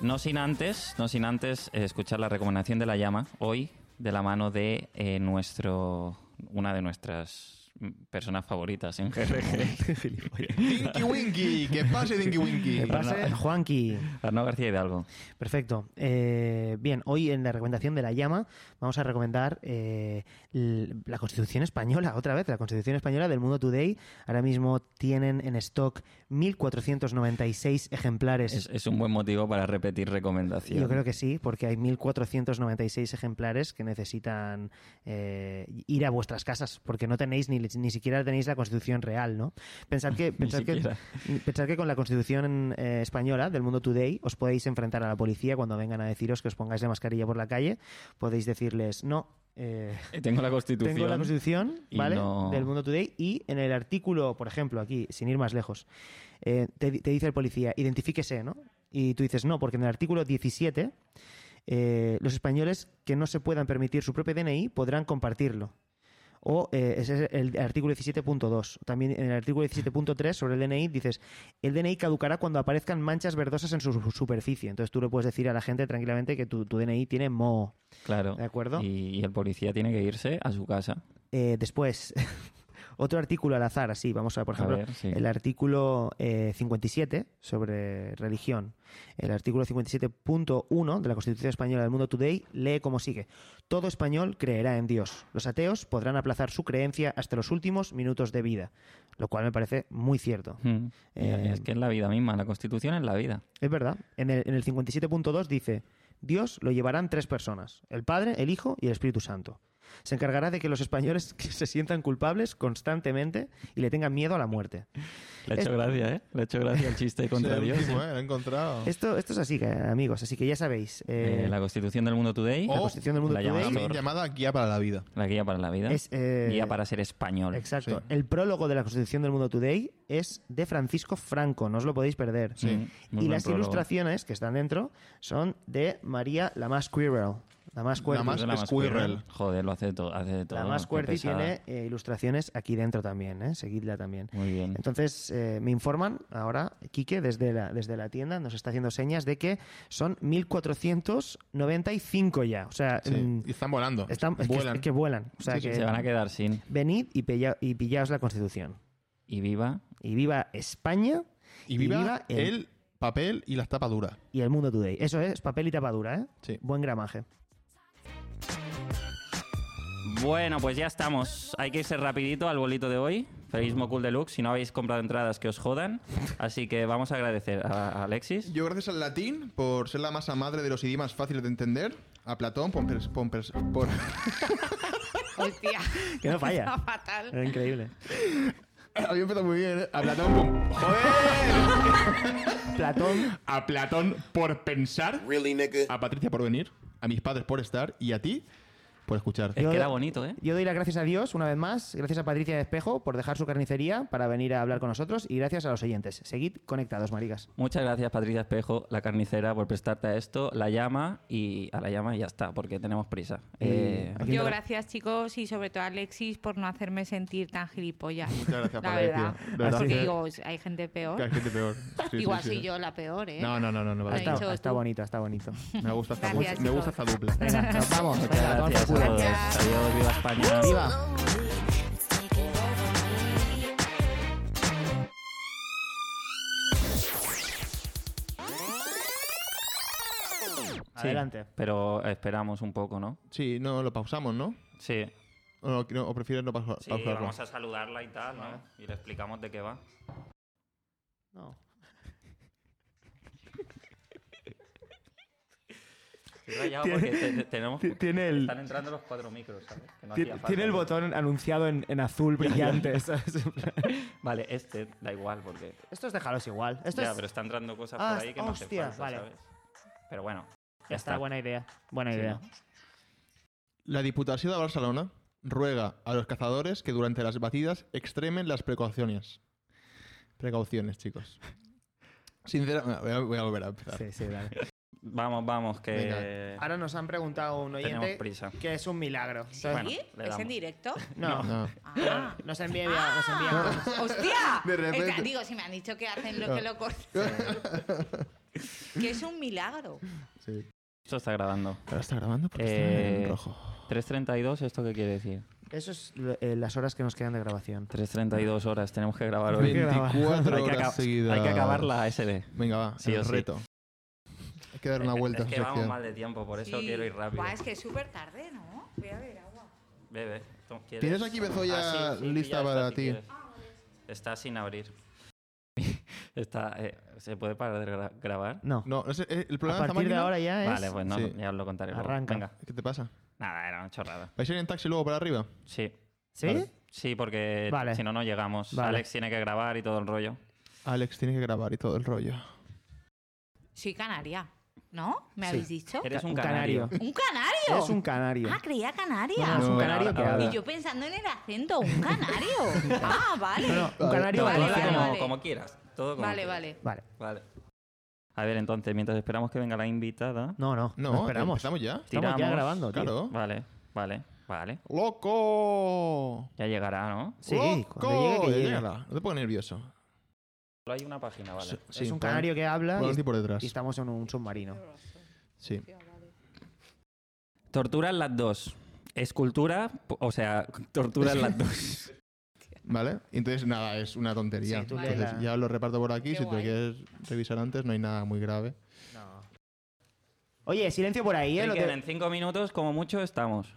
No sin antes, no sin antes eh, escuchar la recomendación de la llama hoy de la mano de eh, nuestro una de nuestras mm, personas favoritas ¿eh? en GRG.
¡Dinky Winky! ¡Que pase Dinky Winky!
¿Qué pasa, Juanqui?
Arnaud García Hidalgo.
Perfecto. Eh, bien, hoy en la recomendación de la llama vamos a recomendar eh, l- la Constitución Española, otra vez, la Constitución Española del Mundo Today. Ahora mismo tienen en stock 1.496 ejemplares.
Es, es un buen motivo para repetir recomendación. Eh,
Yo creo que sí, porque hay 1.496 ejemplares que necesitan eh, ir a vuestras casas, porque no tenéis ni, ni siquiera tenéis la Constitución real, ¿no? Pensad que, pensad que,
siquiera.
pensad que con la Constitución eh, española del mundo today os podéis enfrentar a la policía cuando vengan a deciros que os pongáis la mascarilla por la calle, podéis decirles no. eh,
Eh, Tengo la constitución.
tengo la Constitución,
y
¿vale?
no-
Del Mundo Today. Y en el artículo, por ejemplo, aquí, sin ir más lejos, eh, te, di- te dice el policía, identifíquese, ¿no? Y tú dices, no, porque en el artículo 17, eh, los españoles que no se puedan permitir su propio DNI podrán compartirlo. O eh, ese es el artículo 17.2. También en el artículo 17.3 sobre el DNI dices, el DNI caducará cuando aparezcan manchas verdosas en su su- superficie. Entonces tú le puedes decir a la gente tranquilamente que tu, tu DNI tiene moho.
Claro.
¿De acuerdo?
Y, y el policía tiene que irse a su casa.
Eh, después, otro artículo al azar, así, vamos a, por
A
ejemplo,
ver, sí.
el artículo eh, 57 sobre religión. El artículo 57.1 de la Constitución Española del Mundo Today lee como sigue. Todo español creerá en Dios. Los ateos podrán aplazar su creencia hasta los últimos minutos de vida, lo cual me parece muy cierto.
Mm. Y
Eh,
es que es la vida misma, la constitución es la vida.
Es verdad. En el, en el 57.2 dice, Dios lo llevarán tres personas, el Padre, el Hijo y el Espíritu Santo. Se encargará de que los españoles que se sientan culpables constantemente y le tengan miedo a la muerte.
Le he hecho
Es-
gracia, ¿eh? Le he hecho gracia el chiste contra
Sí, el
Dios.
último, eh, lo he encontrado.
Esto, esto es así, que, amigos, así que ya sabéis. eh,
Oh. Eh, la constitución del mundo today,
Oh,
Constitución del Mundo
la
Today.
llamada
También
Thor,
llamada guía para la vida.
la guía para la vida,
es, eh,
guía para ser español.
Exacto.
Sí.
El prólogo de la Constitución del Mundo Today es de Francisco Franco, no os lo podéis perder.
Mm, muy
Y
buen
las
prólogo.
ilustraciones que están dentro son de María la más Quirrell. La más
La más
Es la más
Squirrel.
cuerda. Joder, lo hace de todo, hace de todo.
La más
qué
QWERTY
pesada.
tiene eh, ilustraciones aquí dentro también, ¿eh? Seguidla también.
Mm.
Muy bien.
Entonces, eh, me informan ahora, Quique, desde la, desde la tienda, nos está haciendo señas de que son 1495 ya. O sea,
Sí,
mm,
Y están volando.
están- es que-
Vuelan.
es que vuelan. O sea,
Sí, sí,
que
Se van a quedar sin.
venid y, pilla- y pillaos la Constitución.
Y viva.
Y viva España
y viva, el... papel y las tapaduras.
y el mundo today. Eso es papel y tapadura, ¿eh?
Sí.
Buen gramaje.
Bueno, pues ya estamos. Hay que irse rapidito al bolito de hoy. Feliz Mocul Deluxe. Si no habéis comprado entradas, que os jodan. Así que vamos a agradecer a a Alexis.
Yo gracias al latín por ser la masa madre de los idiomas fáciles de entender. A Platón por... pers- por pers- por-
Hostia.
Que no falla. Eh,
Está fatal.
Era increíble.
Había empezado muy bien, ¿eh? A Platón por... ¡Joder!
Platón,
A Platón por pensar. A Patricia por venir. A mis padres por estar. Y a ti por escuchar.
Es
Yo-
que era bonito, ¿eh?
yo doy las gracias a Dios una vez más, gracias a Patricia de Espejo por dejar su carnicería para venir a hablar con nosotros y gracias a los oyentes. Seguid conectados, maricas.
Muchas gracias, Patricia Espejo, la carnicera, por prestarte a esto. La llama y a la llama y ya está, porque tenemos prisa. Eh,
Aquí
Yo
no-
gracias chicos y sobre todo a Alexis por no hacerme sentir tan gilipollas.
Muchas gracias,
La
Patricia.
verdad.
De verdad
Porque
que-
digo, hay gente peor.
Que hay gente peor. Sí,
Igual
sí,
soy
sí.
yo la peor, ¿eh?
No, no, no, no. no
Ha
Está,
dicho
está
tú.
bonito, está bonito.
Me gusta esta
Gracias,
dupla. Me gusta esta
chicos.
dupla.
Venga, nos vamos.
muchas
Venga, vamos
gracias a todos.
por culo.
Adiós, viva España.
Viva.
Slowly, it's taking over me.
Sí,
Adelante.
Pero esperamos un poco, ¿no?
Sí, no, lo pausamos, ¿no?
Sí.
O, no, no, o prefieres no pausa-
Sí,
pausarlo.
vamos a saludarla y tal, ¿no? Y le explicamos de qué va.
No.
Estoy rayado porque te- te- tenemos...
Tiene el,
Están entrando los cuatro micros, ¿sabes? Que no
ti-
hacía falta.
tiene el botón anunciado en, en azul brillante. ¿sabes?
Vale, este da igual porque...
Esto es dejaros igual. Esto
ya,
es-
pero está entrando cosas
Ah,
por ahí que no hace
hostia,
falta,
vale.
¿sabes? Pero bueno, ya,
Ya está, buena idea. Buena
Sí,
idea.
¿no?
La Diputación de Barcelona ruega a los cazadores que durante las batidas extremen las precauciones. Precauciones, chicos. Sinceramente, voy a, voy a volver a empezar.
Sí, sí, dale.
Vamos, vamos, que...
Venga.
Ahora nos han preguntado un
Tenemos
oyente
prisa.
que es un milagro.
¿Sí?
Bueno, le
¿Es en
damos.
directo?
No,
No.
Ah.
nos envía, nos
Ah.
envía.
¡Hostia!
De repente. Ah.
Espera, digo, si me han dicho que hacen lo que lo cortan. que es un milagro.
Sí.
Esto está grabando.
Ahora está grabando porque está
Eh,
en rojo.
3.32, ¿esto qué quiere decir?
Eso es eh, las horas que nos quedan de grabación.
3.32 horas, tenemos que grabar hoy.
que grabar.
24
Hay que, acab-
horas seguidas.
hay que acabar la SD.
Venga, va.
Sí
el
o sí.
reto. Hay que dar una vuelta.
es
a
que
esa
vamos
sección.
mal de tiempo, por eso
Sí.
quiero ir rápido.
Buah, es que es súper tarde, ¿no? Voy a ver agua.
Bebe, ¿tú quieres?
Tienes aquí, Bezoya,
Ah, sí, sí,
lista
ya está,
para
si
ti.
quieres. Está sin abrir. está, eh, ¿Se puede parar de gra- grabar?
No.
No, ese- eh, el
A
problema de esta
partir de
máquina-
ahora ya es.
Vale, pues no,
Sí.
ya os lo contaré luego.
Arranca.
Venga.
¿Qué te pasa?
Nada, era una chorrada.
¿Vais a ir en taxi luego para arriba?
Sí.
¿Sí?
Vale.
Sí, porque
Vale.
si no, no llegamos.
Vale.
Alex tiene que grabar y todo el rollo.
Alex tiene que grabar y todo el rollo.
Soy canaria, ¿no? ¿Me
Sí.
habéis dicho?
Eh,
Eres
Ca-
un canario.
¿Un canario?
Eres un canario.
Ah, creía canaria.
No, no, es un
No,
canario que
ahora-
habla.
Y yo pensando en el acento, un canario. ah, vale.
No, no, un canario
Todo
Vale,
lo
valenciano.
hace
vale,
como,
vale.
como quieras. Todo como
Vale,
quieras.
vale.
Vale.
Vale. A ver, entonces, mientras esperamos que venga la invitada.
No, no.
No,
No esperamos.
¿Estamos ya?
Estamos ya
Tiramos.
grabando, tío.
Claro.
Vale, vale. Vale.
¡Loco!
Ya llegará, ¿no?
Sí, cuando llegue,
¡Loco!
que
Ya
llegue.
llegará. No te pongas nervioso.
Solo hay una página, vale.
es un canario que habla
Por
y,
aquí por detrás.
y estamos en un submarino.
Sí.
Torturan las dos. Escultura, p- o sea, torturan las dos.
¿Vale? Entonces, nada, es una tontería.
Sí, tú
Entonces,
léela.
ya lo reparto por aquí.
Qué
si te lo
guay.
quieres revisar antes, no hay nada muy grave.
Oye, silencio por ahí, ¿eh? Lo
Ricken,
que-
en cinco minutos, como mucho, estamos.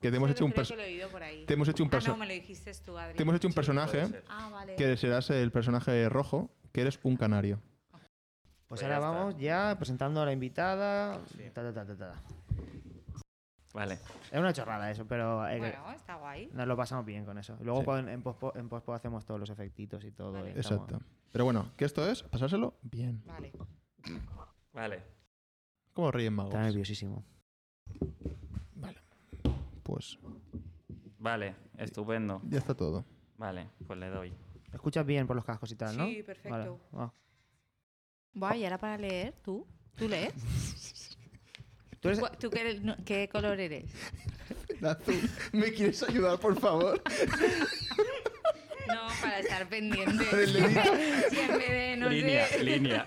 Que te hemos hecho un
Creo
pers-
que lo he oído por ahí.
te hemos hecho un
Ah,
perso-
no, me lo dijiste tú, Adri.
te hemos hecho un personaje
Ah, vale.
que serás el personaje rojo, que eres un canario.
Pues
Pues
ahora
ya está.
vamos ya presentando a la invitada. Ta, ta, ta, ta, ta.
Vale.
Es una chorrada eso, pero eh, que
Bueno, está guay.
nos lo pasamos bien con eso. Luego
Sí.
cuando- en, pospo, en pospo hacemos todos los efectitos y todo.
Vale.
y estamos-
Exacto. Pero bueno, que esto es pasárselo bien.
Vale.
Vale.
Como Reyes Magos.
Está nerviosísimo.
Pues
Vale. Estupendo.
ya está todo.
Vale, pues le doy.
Escuchas bien por los cascos y tal, ¿no?
Sí, perfecto.
Vale, va.
Buah, ¿y ahora para leer? ¿Tú? ¿Tú lees?
Tú
Pues-
eres-
¿Cu- ¿Tú qué, no, qué color eres?
¿Me quieres ayudar, por favor?
No, para estar pendiente.
Con el dedito.
Si en vez de, no
línea,
sé.
línea.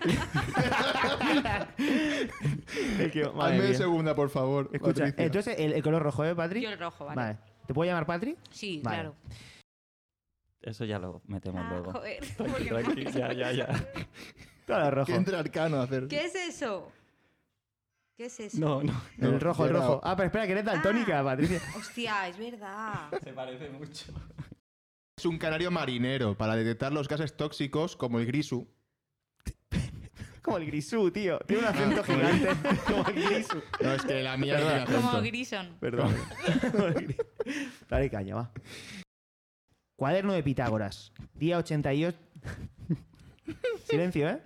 Es que, madre
Hazme de
mía.
segunda, por favor.
Escucha,
Patricia.
entonces el, el color rojo, ¿eh, Patri?
Yo el rojo, vale.
¿Te puedo llamar Patri?
Sí,
Vale.
claro.
Eso ya lo metemos
Ah,
luego.
joder.
Tranqui,
porque-
tranqui, ya, ya, ya.
Claro, rojo.
que entre arcano a hacer.
¿Qué es eso? ¿Qué es eso?
No, no.
El rojo, el
yo no.
rojo. Ah, pero espera, que eres daltónica, Patricia.
Hostia, es verdad.
Se parece mucho.
Es un canario marinero para detectar los gases tóxicos como el grisu.
Como el grisú, tío. Tiene un acento gigante. Como el grisú.
No, es que la mierda.
Como Grison.
Perdón. Dale caña, va. Cuaderno de Pitágoras. Día 88. Silencio, ¿eh?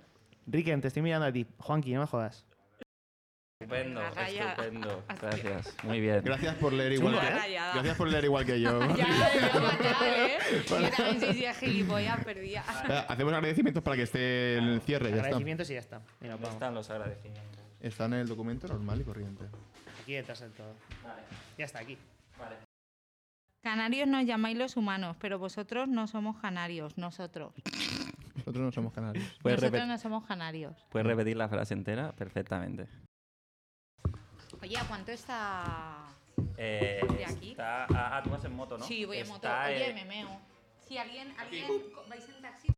Riken, te estoy mirando a ti. Juanqui, no me jodas.
Estupendo,
Una raya.
estupendo. Gracias. Muy bien.
Gracias por leer igual.
Chungo,
que-
¿eh? Rayada.
Gracias por leer igual que yo.
Ya, ya, fatal, ¿eh? Yo también soy de gilipollas perdida.
Eh, Hacemos agradecimientos para que esté el cierre. Pues Ya está.
Agradecimientos y ya está. Mira,
¿Dónde
vamos.
están los agradecimientos?
Está en el documento normal y corriente.
Aquí detrás del todo.
Vale,
Ya está, aquí.
vale.
Canarios nos llamáis los humanos, pero vosotros no somos canarios, nosotros.
Nosotros no somos canarios.
Puedes,
nosotros
repet-
no somos canarios.
puedes repetir la frase entera perfectamente.
Oye, ¿a cuánto está...?
Eh,
¿De aquí?
Está, ah, ah, tú vas en moto, ¿no?
Sí, voy en moto.
Está,
Oye,
eh,
me meo. Si alguien, alguien, co- vais en taxi.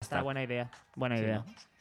Está buena idea. Buena
Sí,
idea.
¿no?